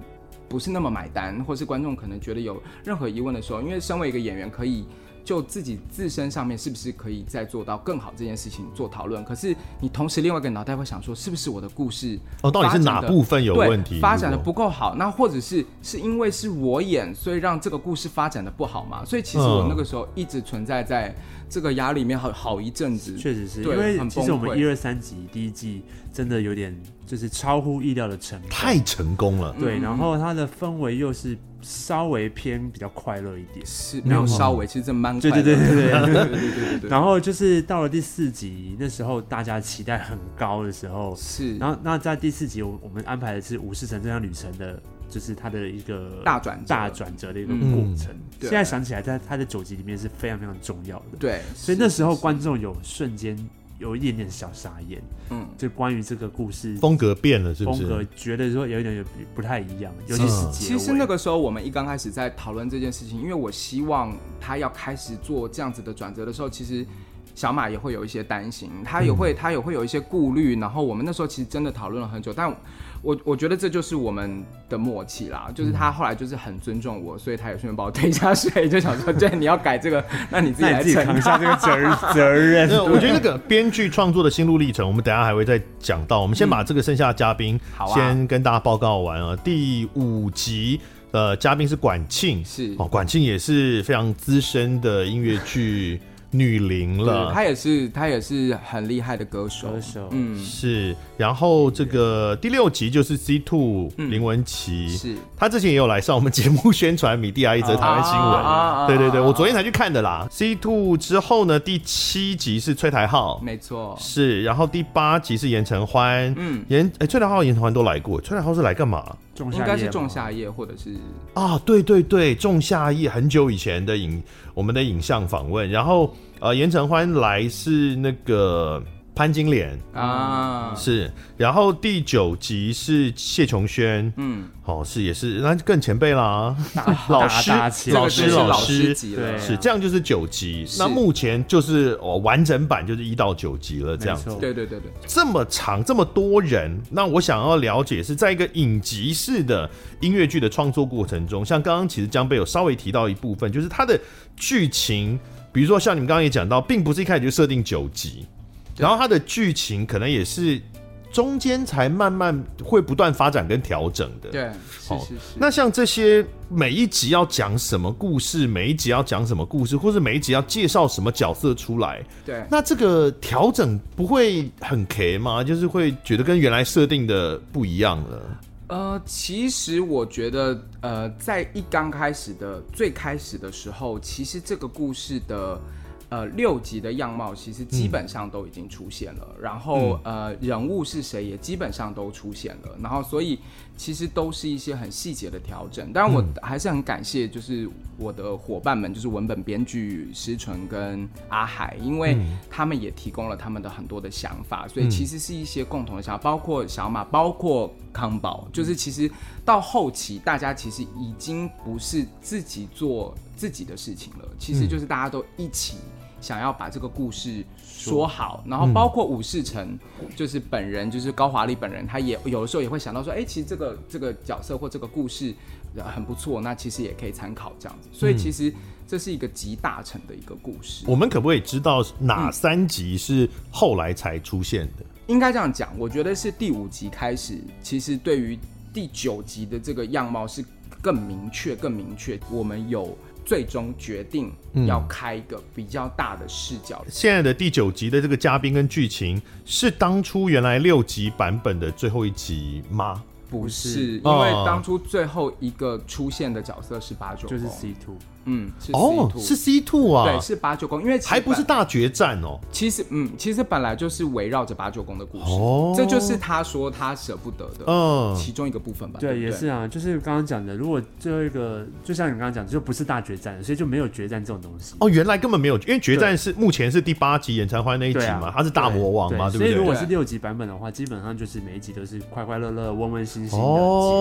不是那么买单，或是观众可能觉得有任何疑问的时候，因为身为一个演员，可以就自己自身上面是不是可以再做到更好这件事情做讨论。可是你同时另外一个脑袋会想说，是不是我的故事哦，到底是哪发展得部分有对问题？发展的如果不够好，那或者是是因为是我演，所以让这个故事发展的不好嘛？所以其实我嗯那个时候一直存在在这个压力里面好好一阵子。 确实是因对为很其实我崩们溃一二三集第一季真的有点就是超乎意料的成功，太成功了。对，嗯然后它的氛围又是稍微偏比较快乐一点，是没有稍微，其实真的蛮对快对乐对的对对对对对对对对对，然后就是到了第四集，那时候大家期待很高的时候，是然后那在第四集，我我们安排的是武士城这趟旅程的，就是它的一个大转折大转折的一个嗯过程。对现在想起来，在它的九集里面是非常非常重要的，对，所以那时候是观众有瞬间有一点点小傻眼，嗯就关于这个故事风格变了，是不风是？格，觉得说有一点有不太一样，尤嗯其是结其尾。实那个时候，我们一刚开始在讨论这件事情，因为我希望他要开始做这样子的转折的时候，其实小马也会有一些担心，他也嗯会、他也会有一些顾虑。然后我们那时候其实真的讨论了很久，但我我觉得这就是我们的默契啦，就是嗯他后来就是很尊重我，所以他也顺便把我推下水，就想说， 对，你要改这个，那你自己那来你自己承扛担。下这个责任责 任。那我觉得那个编剧创作的心路历程，我们等一下还会再讲到。我们先把这个剩下的嘉宾好啊先跟大家报告完啊。第五集呃，嘉宾是管庆，是哦，管庆也是非常资深的音乐剧女伶对，了他。也是他也是很厉害的歌手，歌手嗯，是，然后这个第六集就是 C Two 嗯林文琪，是他之前也有来上我们节目宣传米蒂亚一则台湾新闻，啊啊啊对对对，啊我昨天才去看的啦。C Two 之后呢，第七集是崔台浩，没错，是，然后第八集是严承欢，嗯，严哎崔台浩、严承欢都来过，崔台浩是来干嘛？仲夏应该夜是吗仲夏夜或者是啊，对对对，仲夏夜很久以前的影我们的影像访问，然后呃严承欢来是那个潘金莲。啊，是，然后第九集是谢琼轩，嗯。哦，是也是，那更前辈 啦，大老师大前辈老这师个就是老老师师级了，对是这样就是九集，是那目前就是哦完整版就是一到九集了，这样子没。错对对对对，这么长这么多人，那我想要了解是在一个影集式的音乐剧的创作过程中，像刚刚其实江贝有稍微提到一部分，就是它的剧情，比如说像你们刚刚也讲到，并不是一开始就设定九集，然后它的剧情可能也是中间才慢慢会不断发展跟调整的。对，好是是是。那像这些每一集要讲什么故事，每一集要讲什么故事，或者每一集要介绍什么角色出来，对，那这个调整不会很 K 吗？就是会觉得跟原来设定的不一样了。呃，其实我觉得，呃，在一刚开始的呃最开始的时候，其实这个故事的。呃，六集的样貌其实基本上都已经出现了，然后、呃，人物是谁也基本上都出现了，然后所以其实都是一些很细节的调整。当然，我还是很感谢，就是我的伙伴们，就是文本编剧石纯跟阿海，因为他们也提供了他们的很多的想法，所以其实是一些共同的想法，包括小马，包括康宝，就是其实到后期大家其实已经不是自己做自己的事情了，其实就是大家都一起。想要把这个故事说好，嗯然后包括武士成，就是本人，就是高华丽本人，他也有的时候也会想到说，哎、其实这个这个角色或这个故事、呃很不错，那其实也可以参考这样子。所以其实这是一个集大成的一个故事。我们可不可以知道哪三集是后来才出现的？应该这样讲，我觉得是第五集开始，其实对于第九集的这个样貌是更明确、更明确。我们有最终决定要开一个比较大的视角，现在的第九集的这个嘉宾跟剧情是当初原来六集版本的最后一集吗？不是是，因为哦当初最后一个出现的角色是八九就是宫 C two，嗯，是 C 哦， two，是 C two 啊，对，是八九宫，因为其实还不是本，大决战哦。其实嗯，其实本来就是围绕着八九宫的故事，哦这就是他说他舍不得的嗯，其中一个部分吧，对，对，也是。啊，就是刚刚讲的，如果最后一个，就像你刚刚讲的，就不是大决战，所以就没有决战这种东西。哦，原来根本没有，因为决战是目前是第八集演唱会那一集对啊嘛，他是大魔王嘛，对不对所以如对？果是六集版本的话，基本上就是每一集都是快快乐乐、温温馨馨的，哦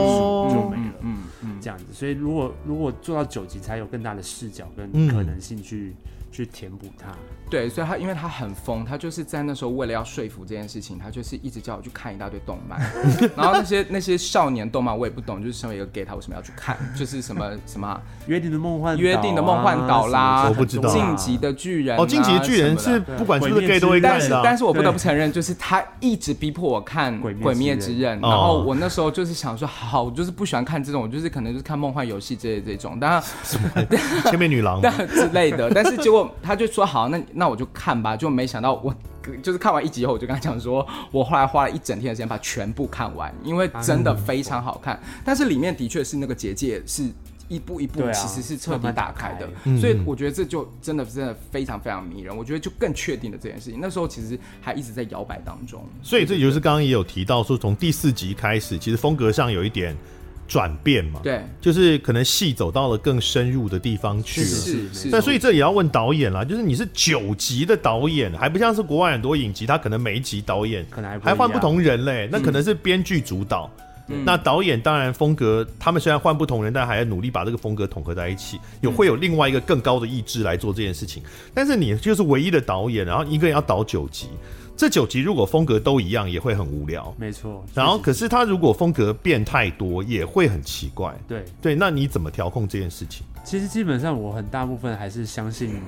结束就没了。嗯嗯，这样子，所以如果如果做到九集，才有更大的视角跟嗯可能性去、去填补它。对，所以他因为他很疯，他就是在那时候为了要说服这件事情，他就是一直叫我去看一大堆动漫， 然后那些那些少年动漫我也不懂，就是身为一个 gay，他为什么要去看？就是什么什么啊约定的梦幻岛啊、约定的梦幻岛啦什么我不知道啊晋级的巨人、啊，啊哦，晋级的巨人什么是的不管是不是 gay 都会但看是的啊但，是我不得不承认，就是他一直逼迫我看鬼灭《鬼灭之之刃刃》，哦然后我那时候就是想说，好，我就是不喜欢看这种，我就是可能就是看梦幻游戏这这种，但千面女 郎嘛。但之类的。但是结果他就说好，那那我就看吧，就没想到我。就是看完一集以后，我就跟他讲说，我后来花了一整天的时间把全部看完，因哎为真的非常好看。但是里面的确是那个结界是一步一步对，啊其实是彻底打开的慢慢打开，嗯所以我觉得这就真的真的非常非常迷人。我觉得就更确定了这件事情。那时候其实还一直在摇摆当中，所以这就是刚刚也有提到说，从第四集开始，其实风格上有一点转变嘛，，对，就是可能戏走到了更深入的地方去了。是是是。那所以这也要问导演啦，就是你是九集的导演，还不像是国外很多影集，他可能每一集导演可能还不一还样嗯换不同人嘞，那可能是编剧主导。那导演当然风格，他们虽然换不同人，但还要努力把这个风格统合在一起，嗯有会有另外一个更高的意志来做这件事情。但是你就是唯一的导演，然后一个人要导九集，这九集如果风格都一样，也会很无聊。没错。然后可是他如果风格变太多，也会很奇怪。对，对，那你怎么调控这件事情？其实基本上我很大部分还是相信，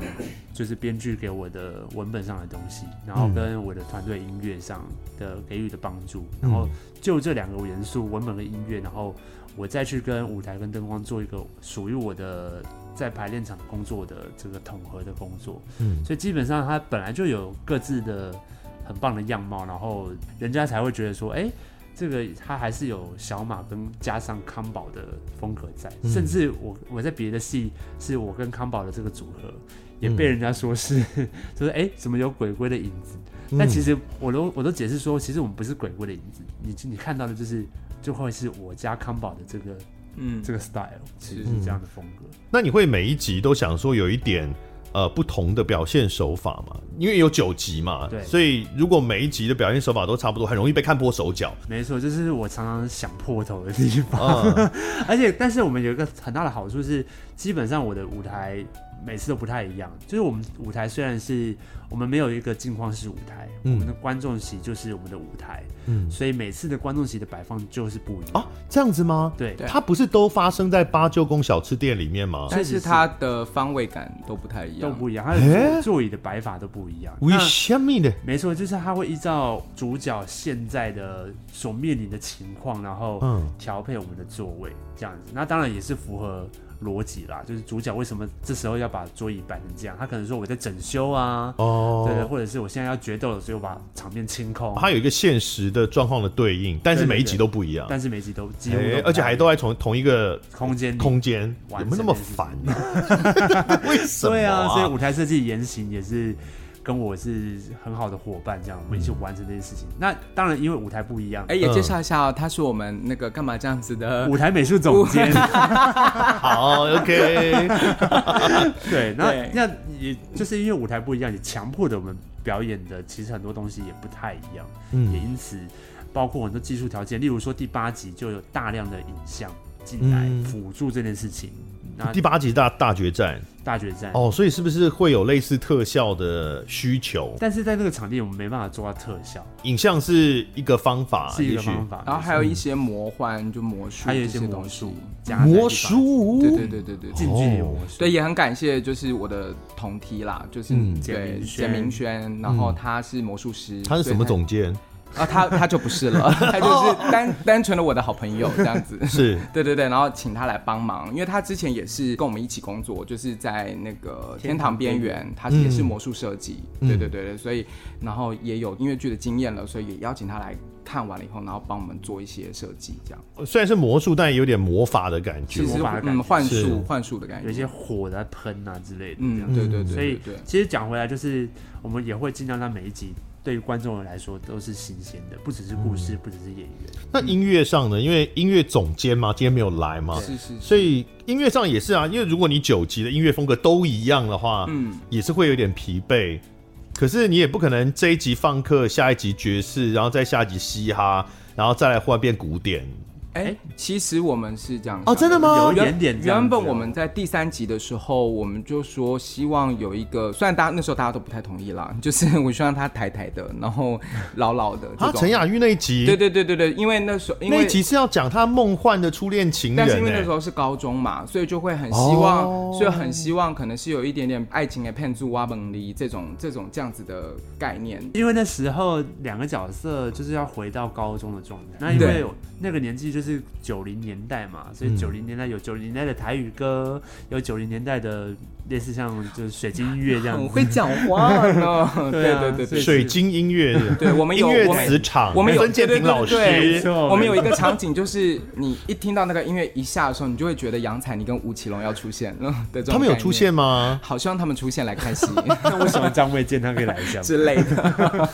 就是编剧给我的文本上的东西，然后跟我的团队音乐上的给予的帮助，然后就这两个元素，文本跟音乐，然后我再去跟舞台跟灯光做一个属于我的在排练场工作的这个统合的工作。嗯所以基本上它本来就有各自的很棒的样貌，然后人家才会觉得说，哎、这个它还是有小马跟加上康宝的风格在，嗯甚至我我在别的戏是我跟康宝的这个组合。也嗯被人家说是，就是哎、怎么有鬼鬼的影子？嗯但其实我都我都解释说，其实我们不是鬼鬼的影子，你你看到的就是就会是我家康宝的这个嗯，这个 style，其实嗯是这样的风格。那你会每一集都想说有一点呃不同的表现手法吗？因为有九集嘛，对所以如果每一集的表现手法都差不多，很容易被看破手脚。没错，这是我常常想破头的地方。嗯 而且，但是我们有一个很大的好处是，基本上我的舞台每次都不太一样。就是我们舞台虽然是我们没有一个镜框式舞台，嗯我们的观众席就是我们的舞台，嗯所以每次的观众席的摆放就是不一样。啊，这样子吗？对，对它不是都发生在八舅宫小吃店里面吗？但确实是是它的方位感都不太一都样。不一样，它诶的座座椅的摆法都不一样。为那什么呢？没错，就是它会依照主角现在的所面临的情况，然后嗯调配我们的座位这样子。那当然也是符合逻辑啦，就是主角为什么这时候要把桌椅摆成这样？他可能说我在整修啊，对对，哦，或者是我现在要决斗了，所以我把场面清空。它有一个现实的状况的对应，但是每一集都不一样，但是每集都几乎哎都，而且还都在同同一个空间里空间，有嗯完没有那成么这件事烦 呢？ 为什么？对啊，所以舞台设计言行也是跟我是很好的伙伴，这样我们一嗯起完成这件事情。那当然，因为舞台不一样，哎，也介绍一下哦，他是我们那个干嘛这样子的舞台美术总监，好，OK， 对，那对那也就是因为舞台不一样，也强迫的我们表演的其实很多东西也不太一样，也嗯因此包括很多技术条件，例如说第八集就有大量的影像进来嗯辅助这件事情。那第八集大大决战大决战，哦，所以是不是会有类似特效的需求？但是在那个场地我们没办法做到特效，影像是一个方法，啊是一也个许方法。啊然后没还有一些魔幻，就魔术，还有一些些魔东西术。，哦加在第八魔集术，哦对对对对对对。近距离的魔术，对，也很感谢，就是我的同梯啦，就是嗯对简简明明轩，然嗯后他是魔术师，他是什么总监？所以他？啊，他他就不是 了，他就是单单纯的我的好朋友这样子。 是对对对，然后请他来帮忙，因为他之前也是跟我们一起工作，就是在那个天天堂堂边边缘缘，他是嗯也是魔术设计，对嗯对对对，所以然后也有音乐剧的经验了，所以也邀请他来看完了以后，然后帮我们做一些设计，这样虽然是魔术，但也有点魔法的感觉其。实魔法的感嗯觉幻是术幻术的感有一觉，些火在喷啊之类的这样。嗯，对对嗯对所对以对。其实讲回来，就是我们也会尽量让每一集对于观众来说都是新鲜的，不只是故事，不只是演员。那音乐上呢？因为音乐总监嘛，今天没有来嘛，是是是，所以音乐上也是啊。因为如果你九集的音乐风格都一样的话，嗯，也是会有点疲惫。可是你也不可能这一集放克，下一集爵士，然后再下一集嘻哈，然后再来忽然变古典。哎，其实我们是这样哦想真的吗有一原点点这样子哦原本我们在第三集的时候，我们就说希望有一个，虽然大家那时候大家都不太同意啦，就是我希望他抬抬的，然后老老的这啊，种。陈雅玉那一集，对对对对对，因为那时候因那为一集是要讲她梦幻的初恋情人、但欸，是因为那时候是高中嘛，所以就会很希望，哦所以很希望可能是有一点点爱情的骗住挖本离这种这种这样子的概念。因为那时候两个角色就是要回到高中的状态，那因为那个年纪就是九零年代嘛，所以嗯九零年代有九零年代的台语歌，有九零年代的类似像就是水晶音乐这样很子，会讲话呢， 对对啊对对对是水晶音乐，对，我们音有乐我们磁场，我们有孙建平老对对对师哦对，我们有一个场景，就是你一听到那个音乐一下的时候，你就会觉得杨采妮跟吴奇隆要出现了的这种。他们有出，现吗？好希望他们出现来 看戏那为什么张卫健他可以来 一下吗？之类的。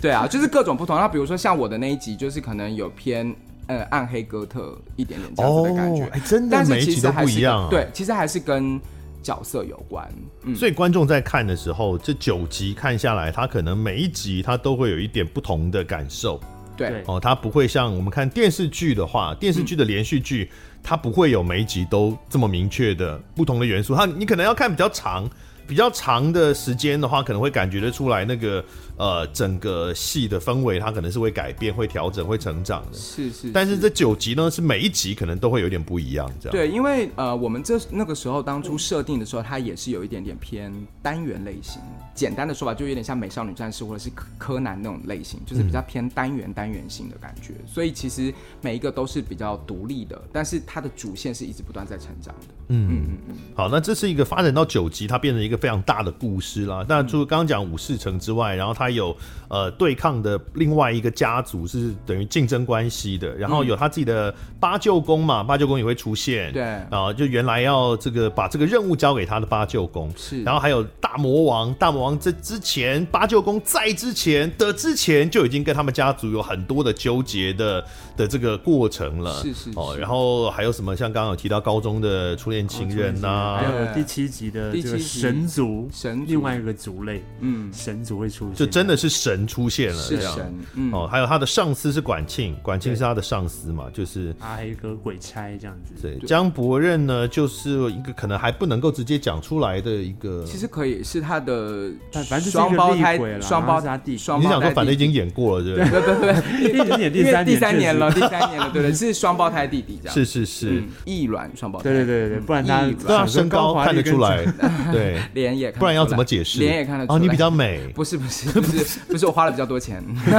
对啊，就是各种不同。那比如说像我的那一集，就是可能有偏呃暗黑哥特一点点这样子的感觉，哎，真的但每是一其集实都还不是一样、啊。跟，对，其实还是跟角色有关。嗯，所以观众在看的时候，这九集看下来，他可能每一集他都会有一点不同的感受嗯对。哦。他不会像我们看电视剧的话，电视剧的连续剧，它不会有每一集都这么明确的不同的元素。它你可能要看比较长。比较长的时间的话，可能会感觉得出来那个呃整个戏的氛围，它可能是会改变、会调整、会成长的。是是，但是这九集呢，是每一集可能都会有点不一样，这样。对，因为呃，我们这那个时候当初设定的时候，它也是有一点点偏单元类型。简单的说法，就有点像美少女战士或者是柯柯南那种类型，就是比嗯较偏单元单元性的感觉。所以其实每一个都是比较独立的，但是它的主线是一直不断在成长的。嗯嗯好，那这是一个发展到九集，它变成一个非常大的故事啦。那除了刚刚讲武士城之外，然后它有呃对抗的另外一个家族是等于竞争关系的，然后有他自己的八舅公嘛，八舅公也会出现。对啊，就原来要这个把这个任务交给他的八舅公，是然后还有大魔王，大魔王这之前八舅公在之前的之前就已经跟他们家族有很多的纠结的的这个过程了。是是哦，是然哦后还有什么像刚刚有提到高中的初恋情人呐、啊还有第七集的这个神神族，神另外一个族类，嗯神族会出现，就真的是神出现了，是呃这样神，嗯哦，还有他的上司是管庆，管庆是他的上司嘛，就是阿黑哥鬼差这样子，对江伯任呢，就是一个可能还不能够直接讲出来的一个。其实可以是他的但反正就是一双个胞胎厉鬼，啦双胞然后是他弟弟双你胞胎想说，反正已弟弟经演过了，对不对？对对 对，因为今年因第为三第三年年了，第三年了，对对，是双胞胎弟弟这样，是是是嗯，，异卵双胞胎，确实，对对对对，不然他嗯对啊，身高看得出，想来说， 对，脸也看得出来，不然要怎么解释？脸也看得出哦，来，你比较美， 不是 不是不是不是，我花了比较多钱，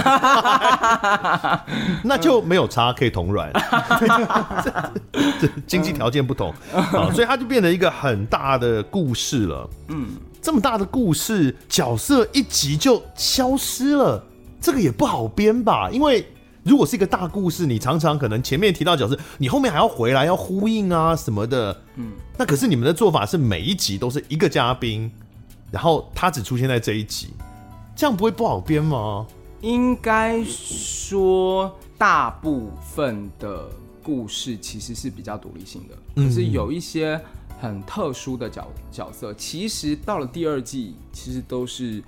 那就没有差，可以同卵。这这 经济条件不同啊，所以它就变成一个很大的故事了。嗯，这么大的故事，角色一集就消失了，这个也不好编吧？因为如果是一个大故事，你常常可能前面提到角色，你后面还要回来要呼应啊什么的。嗯，那可是你们的做法是每一集都是一个嘉宾，然后他只出现在这一集，这样不会不好编吗？应该说大部分的故事其实是比较独立性的，嗯可是有一些很特殊的角角色，其实到了第二季，其实都是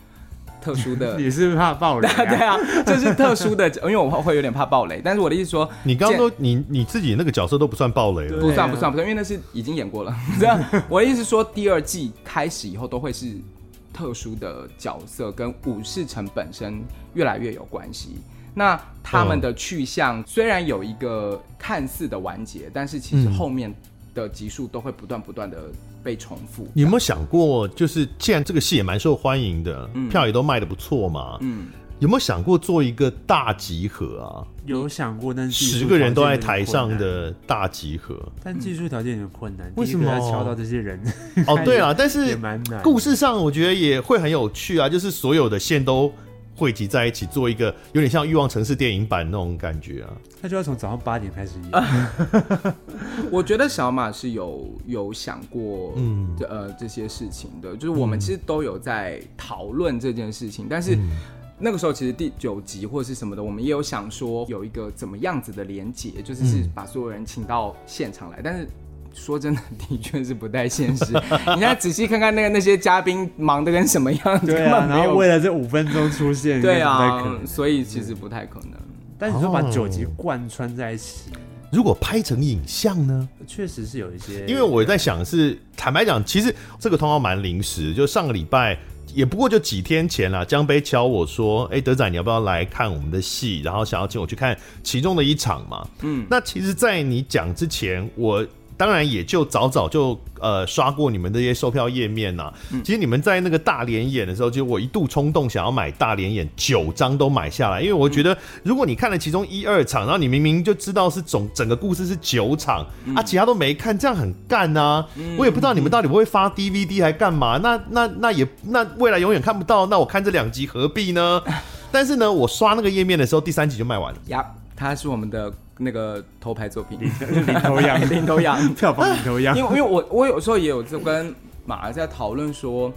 特殊 的。你是不是怕爆雷、 对啊？啊，就是特殊的，因为我会有点怕暴雷，但是我的意思说，你刚刚见都你你自己那个角色都不算暴雷了，不算对啊不算不算，因为那是已经演过了。 这样，我的意思是说，第二季开始以后都会是特殊的角色跟武士城本身越来越有关系。那他们的去向虽然有一个看似的完结，但是其实嗯后面的集数都会不断不断的被重复。你有没有想过，就是既然这个戏也蛮受欢迎的，嗯票也都卖的不错嘛，嗯，有没有想过做一个大集合啊？有想过，但是技术十个人都在条件有台点上困难，的大集 合？但技术条件有点困难，为第一个什么要敲到这些人？哦，对了，但是 也蛮难的故事上我觉得也会很有趣啊，就是所有的线都汇集在一起，做一个有点像《欲望城市》电影版那种感觉啊。他就要从早上八点 开始演，我觉得小马是有有想过，嗯嗯，呃，这些事情的，就是我嗯们其实都有在讨论这件事情，但是。那个时候其实第九集或者是什么的，我们也有想说有一个怎么样子的连结，就是嗯是把所有人请到现场来。但是说真的，的确是不太现实。 你现在仔细看看那个那些嘉宾忙得跟什么样，对根啊，本没然有后为了这五分钟出 现，对应该不太可啊，能嗯所以其实不太可能。但你说把九集贯穿在一起，如果拍成影像呢？确实是有一些，因为我在想是，坦白讲，其实这个通告蛮临时，就上个礼拜。也不过就几天前啦，江杯敲我说：“哎、德仔，你要不要来看我们的戏？然后想要请我去看其中的一场嘛。”嗯，那其实，在你讲之前，我当然也就早早就呃刷过你们这些售票页面呐、啊其实你们在那个大连演的时候，其实我一度冲动想要买大连演九张都买下来，因为我觉得如果你看了其中一二场，然后你明明就知道是总整个故事是九场，啊，其他都没看，这样很干啊。我也不知道你们到底会发 DVD 还干嘛，那那那也那未来永远看不到，那我看这两集何必呢？但是呢，我刷那个页面的时候，第三集就卖完了。呀，他是我们的那个头牌作品，领头羊， 领头羊。 票房领头羊因，为因为我我有时候也有就跟马儿在讨论说，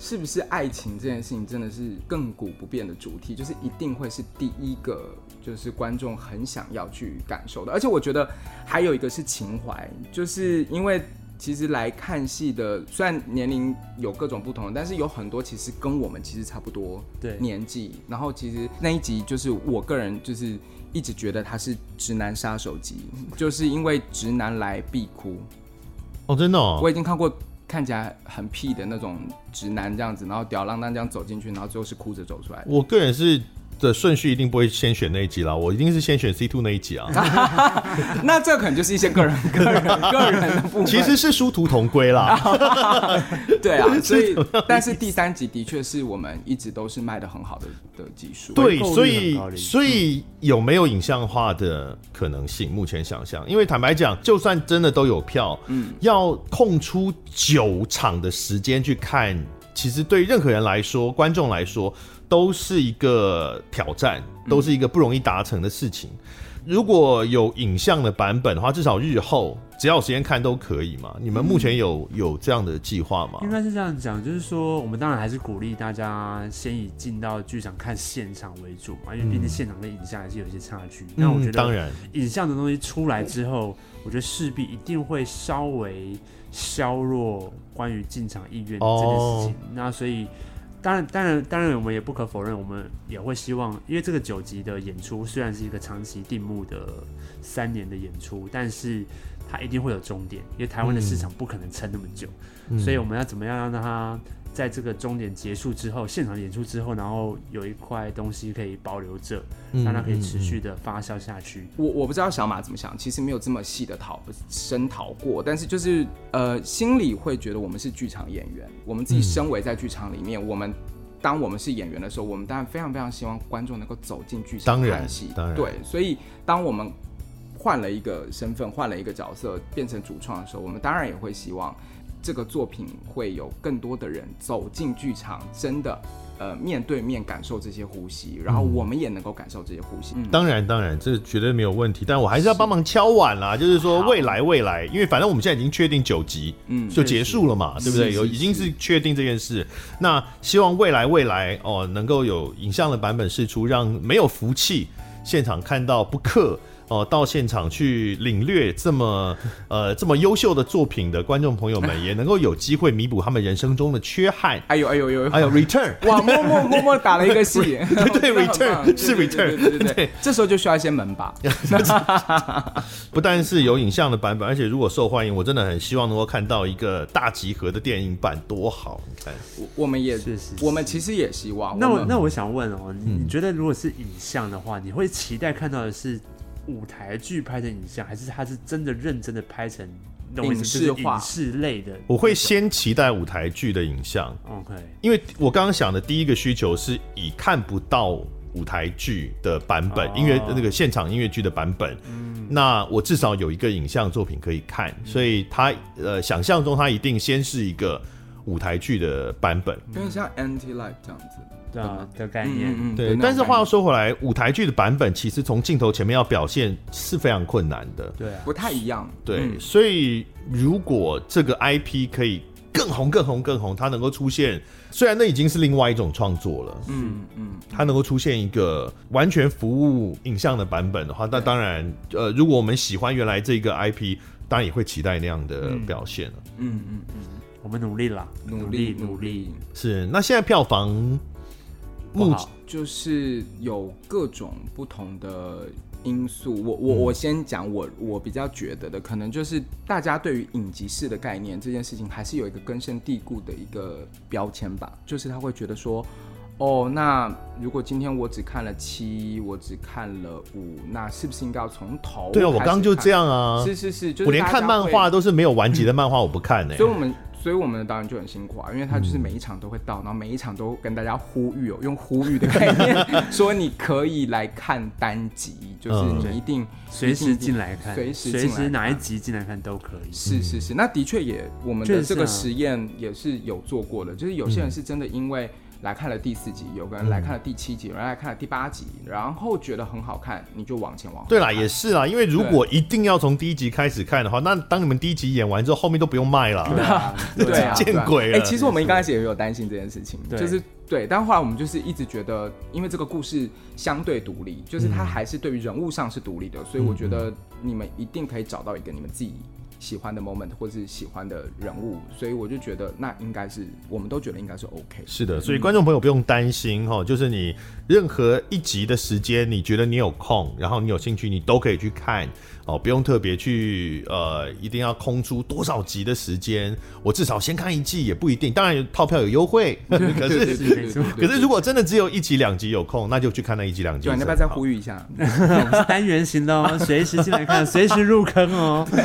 是不是爱情这件事情真的是亘古不变的主题，就是一定会是第一个就是观众很想要去感受的。而且我觉得还有一个是情怀，就是因为。其实来看戏的，虽然年龄有各种不同，但是有很多其实跟我们其实差不多对年纪。然后其实那一集就是我个人就是一直觉得它是直男杀手集，就是因为直男来必哭。哦，真的、哦我，已经看过看起来很屁的那种直男这样子，然后吊儿郎当这样走进去，然后最后是哭着走出 来的。我个人是的顺序一定不会先选那一集啦，我一定是先选 C two 那一集啊。那这可能就是一些个人、个人、个人的部分。其实是殊途同归啦，对 啊，所以但是第三集的确是我们一直都是卖的很好的的技术。对，回购率所很以高的一集嗯所以有没有影像化的可能性？目前想象，因为坦白讲，就算真的都有票，嗯，要空出九场的时间去看，其实对任何人来说，观众嗯来说，都是一个挑战，都是一个不容易达成的事情。如果有影像的版本的话，至少日后只要有时间看都可以嘛。你们嗯目前有、有这样的计划吗？应该是这样讲，就是说，我们当然还是鼓励大家先以进到剧场看现场为主嘛，因为毕竟现场跟影像还是有一些差距。那我觉嗯、得当然，影像的东西出来之后，我觉得势必一定会稍微削弱关于进场意愿这件事情。那所以，当然，当然，当然，我们也不可否认，我们也会希望，因为这个九集的演出虽然是一个长期定目的三年的演出，但是它一定会有终点，因为台湾的市场不可能撑那么久，嗯所以我们要怎么样让它。在这个终点结束之后，现场演出之后，然后有一块东西可以保留着，让它可以持续的发酵下去。我我不知道小马怎么想，其实没有这么细的讨深讨过，但是就是呃，心里会觉得我们是剧场演员，我嗯们自己身为在剧场里面，我们当我们是演员的时候，我们当然非常非常希望观众能够走进剧场当然看戏当，然对，所以当我们换了一个身份，换了一个角色，变成主创的时候，我们当然也会希望这个作品会有更多的人走进剧场，真的。呃，面对面感受这些呼吸，然后嗯我们也能够感受这些呼吸。嗯，当然，当然，这绝对没有问题。但我还是要帮忙敲碗啦，就是说好未来，未来，因为反正我们现在已经确定九集，嗯，嗯就结束了嘛，对不对？是有是已经是确定这件事。那希望未来，未来哦，能够有影像的版本释出，让没有福气现场看到不克哦，到现场去领略这么呃这么优秀的作品的观众朋友们，也能够有机会弥补他们人生中的缺憾，哎呦哎呦哎呦，还有 return。 哇，默默默默打了一个戏， 嗯对对，return，是 return，对对对对，这时候就需要一些门把，不但是有影像的版本，而且如果受欢迎，我真的很希望能够看到一个大集合的电影版，多好！你看，我我们也是是是我们其实也希望，那我我们那我想问哦，你嗯你觉得如果是影像的话，你会期待看到的是舞台剧拍成影像，还是它是真的认真的拍成那种影视化影视类的？我会先期待舞台剧的影像， OK，因为我刚刚想的第一个需求是以看不到舞台剧的版本哦，音乐那个现场音乐剧的版本，嗯那我至少有一个影像作品可以看，所以它呃想象中它一定先是一个舞台剧的版本。有点像 anti life 这样子，对啊的概嗯念。嗯嗯，对，那种但是话感又觉说回来，舞台剧的版本其实从镜头前面要表现是非常困难的。对啊，不太一样，对，嗯所以如果这个 IP 可以更红、更红、更红，它能够出现，虽然那已经是另外一种创作了，嗯嗯，它能够出现一个完全服务影像的版本的话，那当然，呃，如果我们喜欢原来这个 IP，当然也会期待那样的表现了。嗯嗯嗯，我们努力啦，努力力努努力，是，那现在票房不目好就是有各种不同的因素。我嗯我我先讲我我比较觉得的，可能就是大家对于影集式的概念这件事情，还是有一个根深蒂固的一个标签吧，就是他会觉得说。哦，那如果今天我只看了七，我只看了五，那是不是应该要从头？对啊，我刚刚就这、样啊啊，是是是，就是我连大家看漫会画都是没有完结的漫画，我不看呢、欸所以我们，所以我们的导演就很辛苦啊，因为他就是每一场都会到，然后每一场都跟大家呼吁哦，用呼吁的概念说你可以来看单集，就是嗯你一定随时进来看，随时进来看时哪一集进来看都可 以。是是是，那的确也，我们确的实这个啊实验也是有做过的，就是有些人是真的因为来看了第四集，有个人来看了第七集，有人来看了第八集，然后觉得很好看，你就往前往后对啦，看也是啦，因为如果一定要从第一集开始看的话，那当你们第一集演完之后，后面都不用卖对啦。啊，对啊， 见对啊鬼了哎、其实我们一开始也有担心这件事情，对就是对，但后来我们就是一直觉得，因为这个故事相对独立，就是嗯它还是对于人物上是独立的，所以我觉得你们一定可以找到一个你们自己。喜欢的 moment 或是喜欢的人物，所以我就觉得那应该是我们都觉得应该是 OK 的。是的，所以观众朋友不用担心哈，就是你任何一集的时间，你觉得你有空，然后你有兴趣，你都可以去看哦，不用特别去呃，一定要空出多少集的时间，我至少先看一季也不一定，当然有套票有优惠， 可对是对对对对可是如果真的只有一集两集有空，那就去看那一集两集。对，啊你要不要再好呼吁一下？我们是单元型的哦，随时进来看，随时入 坑哦。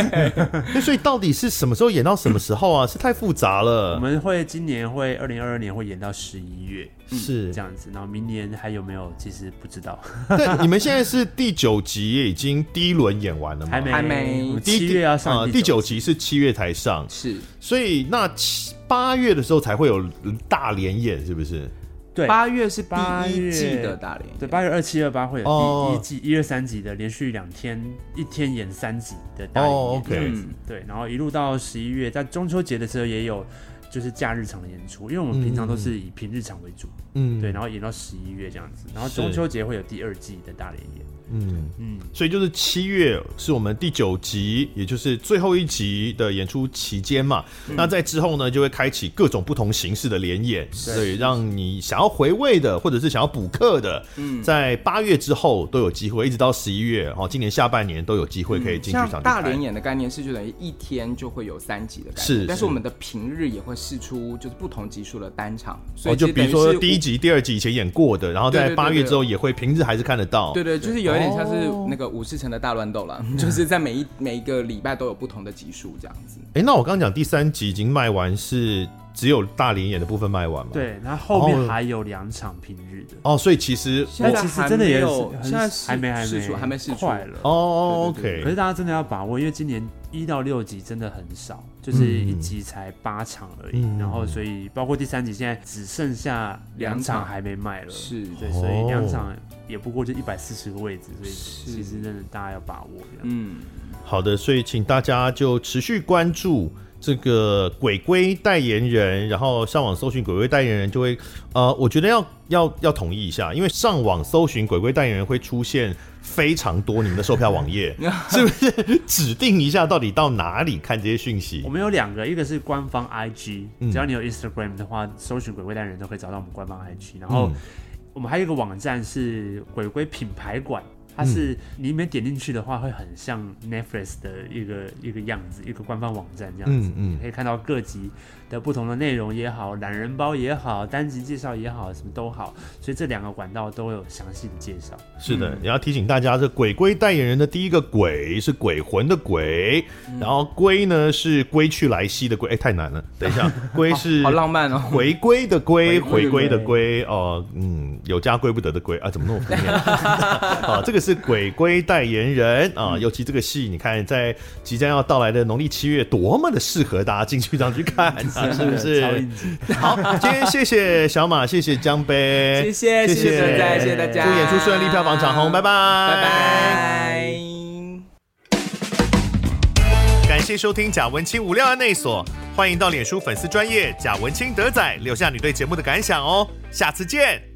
那所以到底是什么时候演到什么时候啊？是太复杂我了，们会今年会二零二二年会演到十一月是这样子，然后明年还有没有其实不知道。 但你们现在是第九集也已经第一轮演完了吗？还没，还没我们第一七月要呃上第九九集是七月才上，是，所以那七八月的时候才会有大连演，是不是？对，八月是第八一季月的大连夜，对，八月二七二八会有哦第一季一二三集的连续两天，一天演三集的大演哦这样，OK 子对，然后一路到十一月，在中秋节的时候也有就是假日场的演出，因为我们平常都是以平日场为主，嗯对，然后演到十一月这样子，然后是中秋节会有第二季的大连演，嗯，嗯，所以就是七月是我们第九集，也就是最后一集的演出期间嘛。那在之后呢，就会开启各种不同形式的联演，所以让你想要回味的，或者是想要补课的，在八月之后都有机会，一直到十一月哦，今年下半年都有机会可以进剧场去像看。大连演的概念是，就等于一天就会有三集的概念，哎是但是是我们的平日也会试出就是不同集数的单场，所哦，以就其实比如等于说是第一集、第二集以前演过的，然后在对对对八月之后也会平日还是看得到。对对，就是有一点像是那个武士城的大乱 斗了，就是在每一每一个礼拜都有不同的集数这样子。哎，那我刚刚讲第三集已经卖完，是只有大连演的部分卖完吗？。对，然后后面哦还有两场平日的，哦，所以其实现在但其实还真的没也是有很现在还没还试没出还没试出快了哦对对，OK，可是大家真的要把握，因为今年一到六集真的很少，就是一集才八场而已。嗯然后，所以包括第三集，现在只剩下两场还没卖了。是对，哦所以两场也不过就一百四十个位置，所以是其实真的大家要把握这样。嗯，好的，所以请大家就持续关注这个鬼龟代言人，然后上网搜寻鬼龟代言人，就会呃，我觉得要要要统一一下，因为上网搜寻鬼龟代言人会出现非常多你们的售票网 页，是不是？指定一下到底到哪里看这些讯息 我？们有两个，一个是官方 IG，、嗯只要你有 Instagram 的话，搜寻“鬼鬼蛋人”都可以找到我们官方 IG。然后嗯我们还有一个网站是“鬼鬼品牌馆”，它是你里面点进去的话，会很像 Netflix 的一个一个样子，一个官方网站这样子。嗯嗯可以看到各集的不同的内容也好，懒人包也好，单集介绍也好，什么都好，所以这两个管道都有详细的介绍。是嗯的，也要提醒大家，这鬼龟代言人的第一个鬼是鬼魂的鬼，嗯然后龟呢是归去来兮的归，哎、太难了，等 一下，龟是好浪漫哦。回归的归，回回归归的的归，哦，嗯，有家归不得的归啊，怎么那么负面 啊？这个是鬼龟代言人啊，嗯尤其这个戏，你看在即将要到来的农历七月，多么的适合大家进剧场去看 啊，是不 超是应？景好，今天谢谢小马，谢谢江杯，谢谢谢谢存在，谢谢大家，祝演出顺利，票房长虹，拜拜，拜拜。拜。感谢收听贾文清无料案内所，欢迎到脸书粉丝专业贾文清德仔留下你对节目的感想哦，下次见。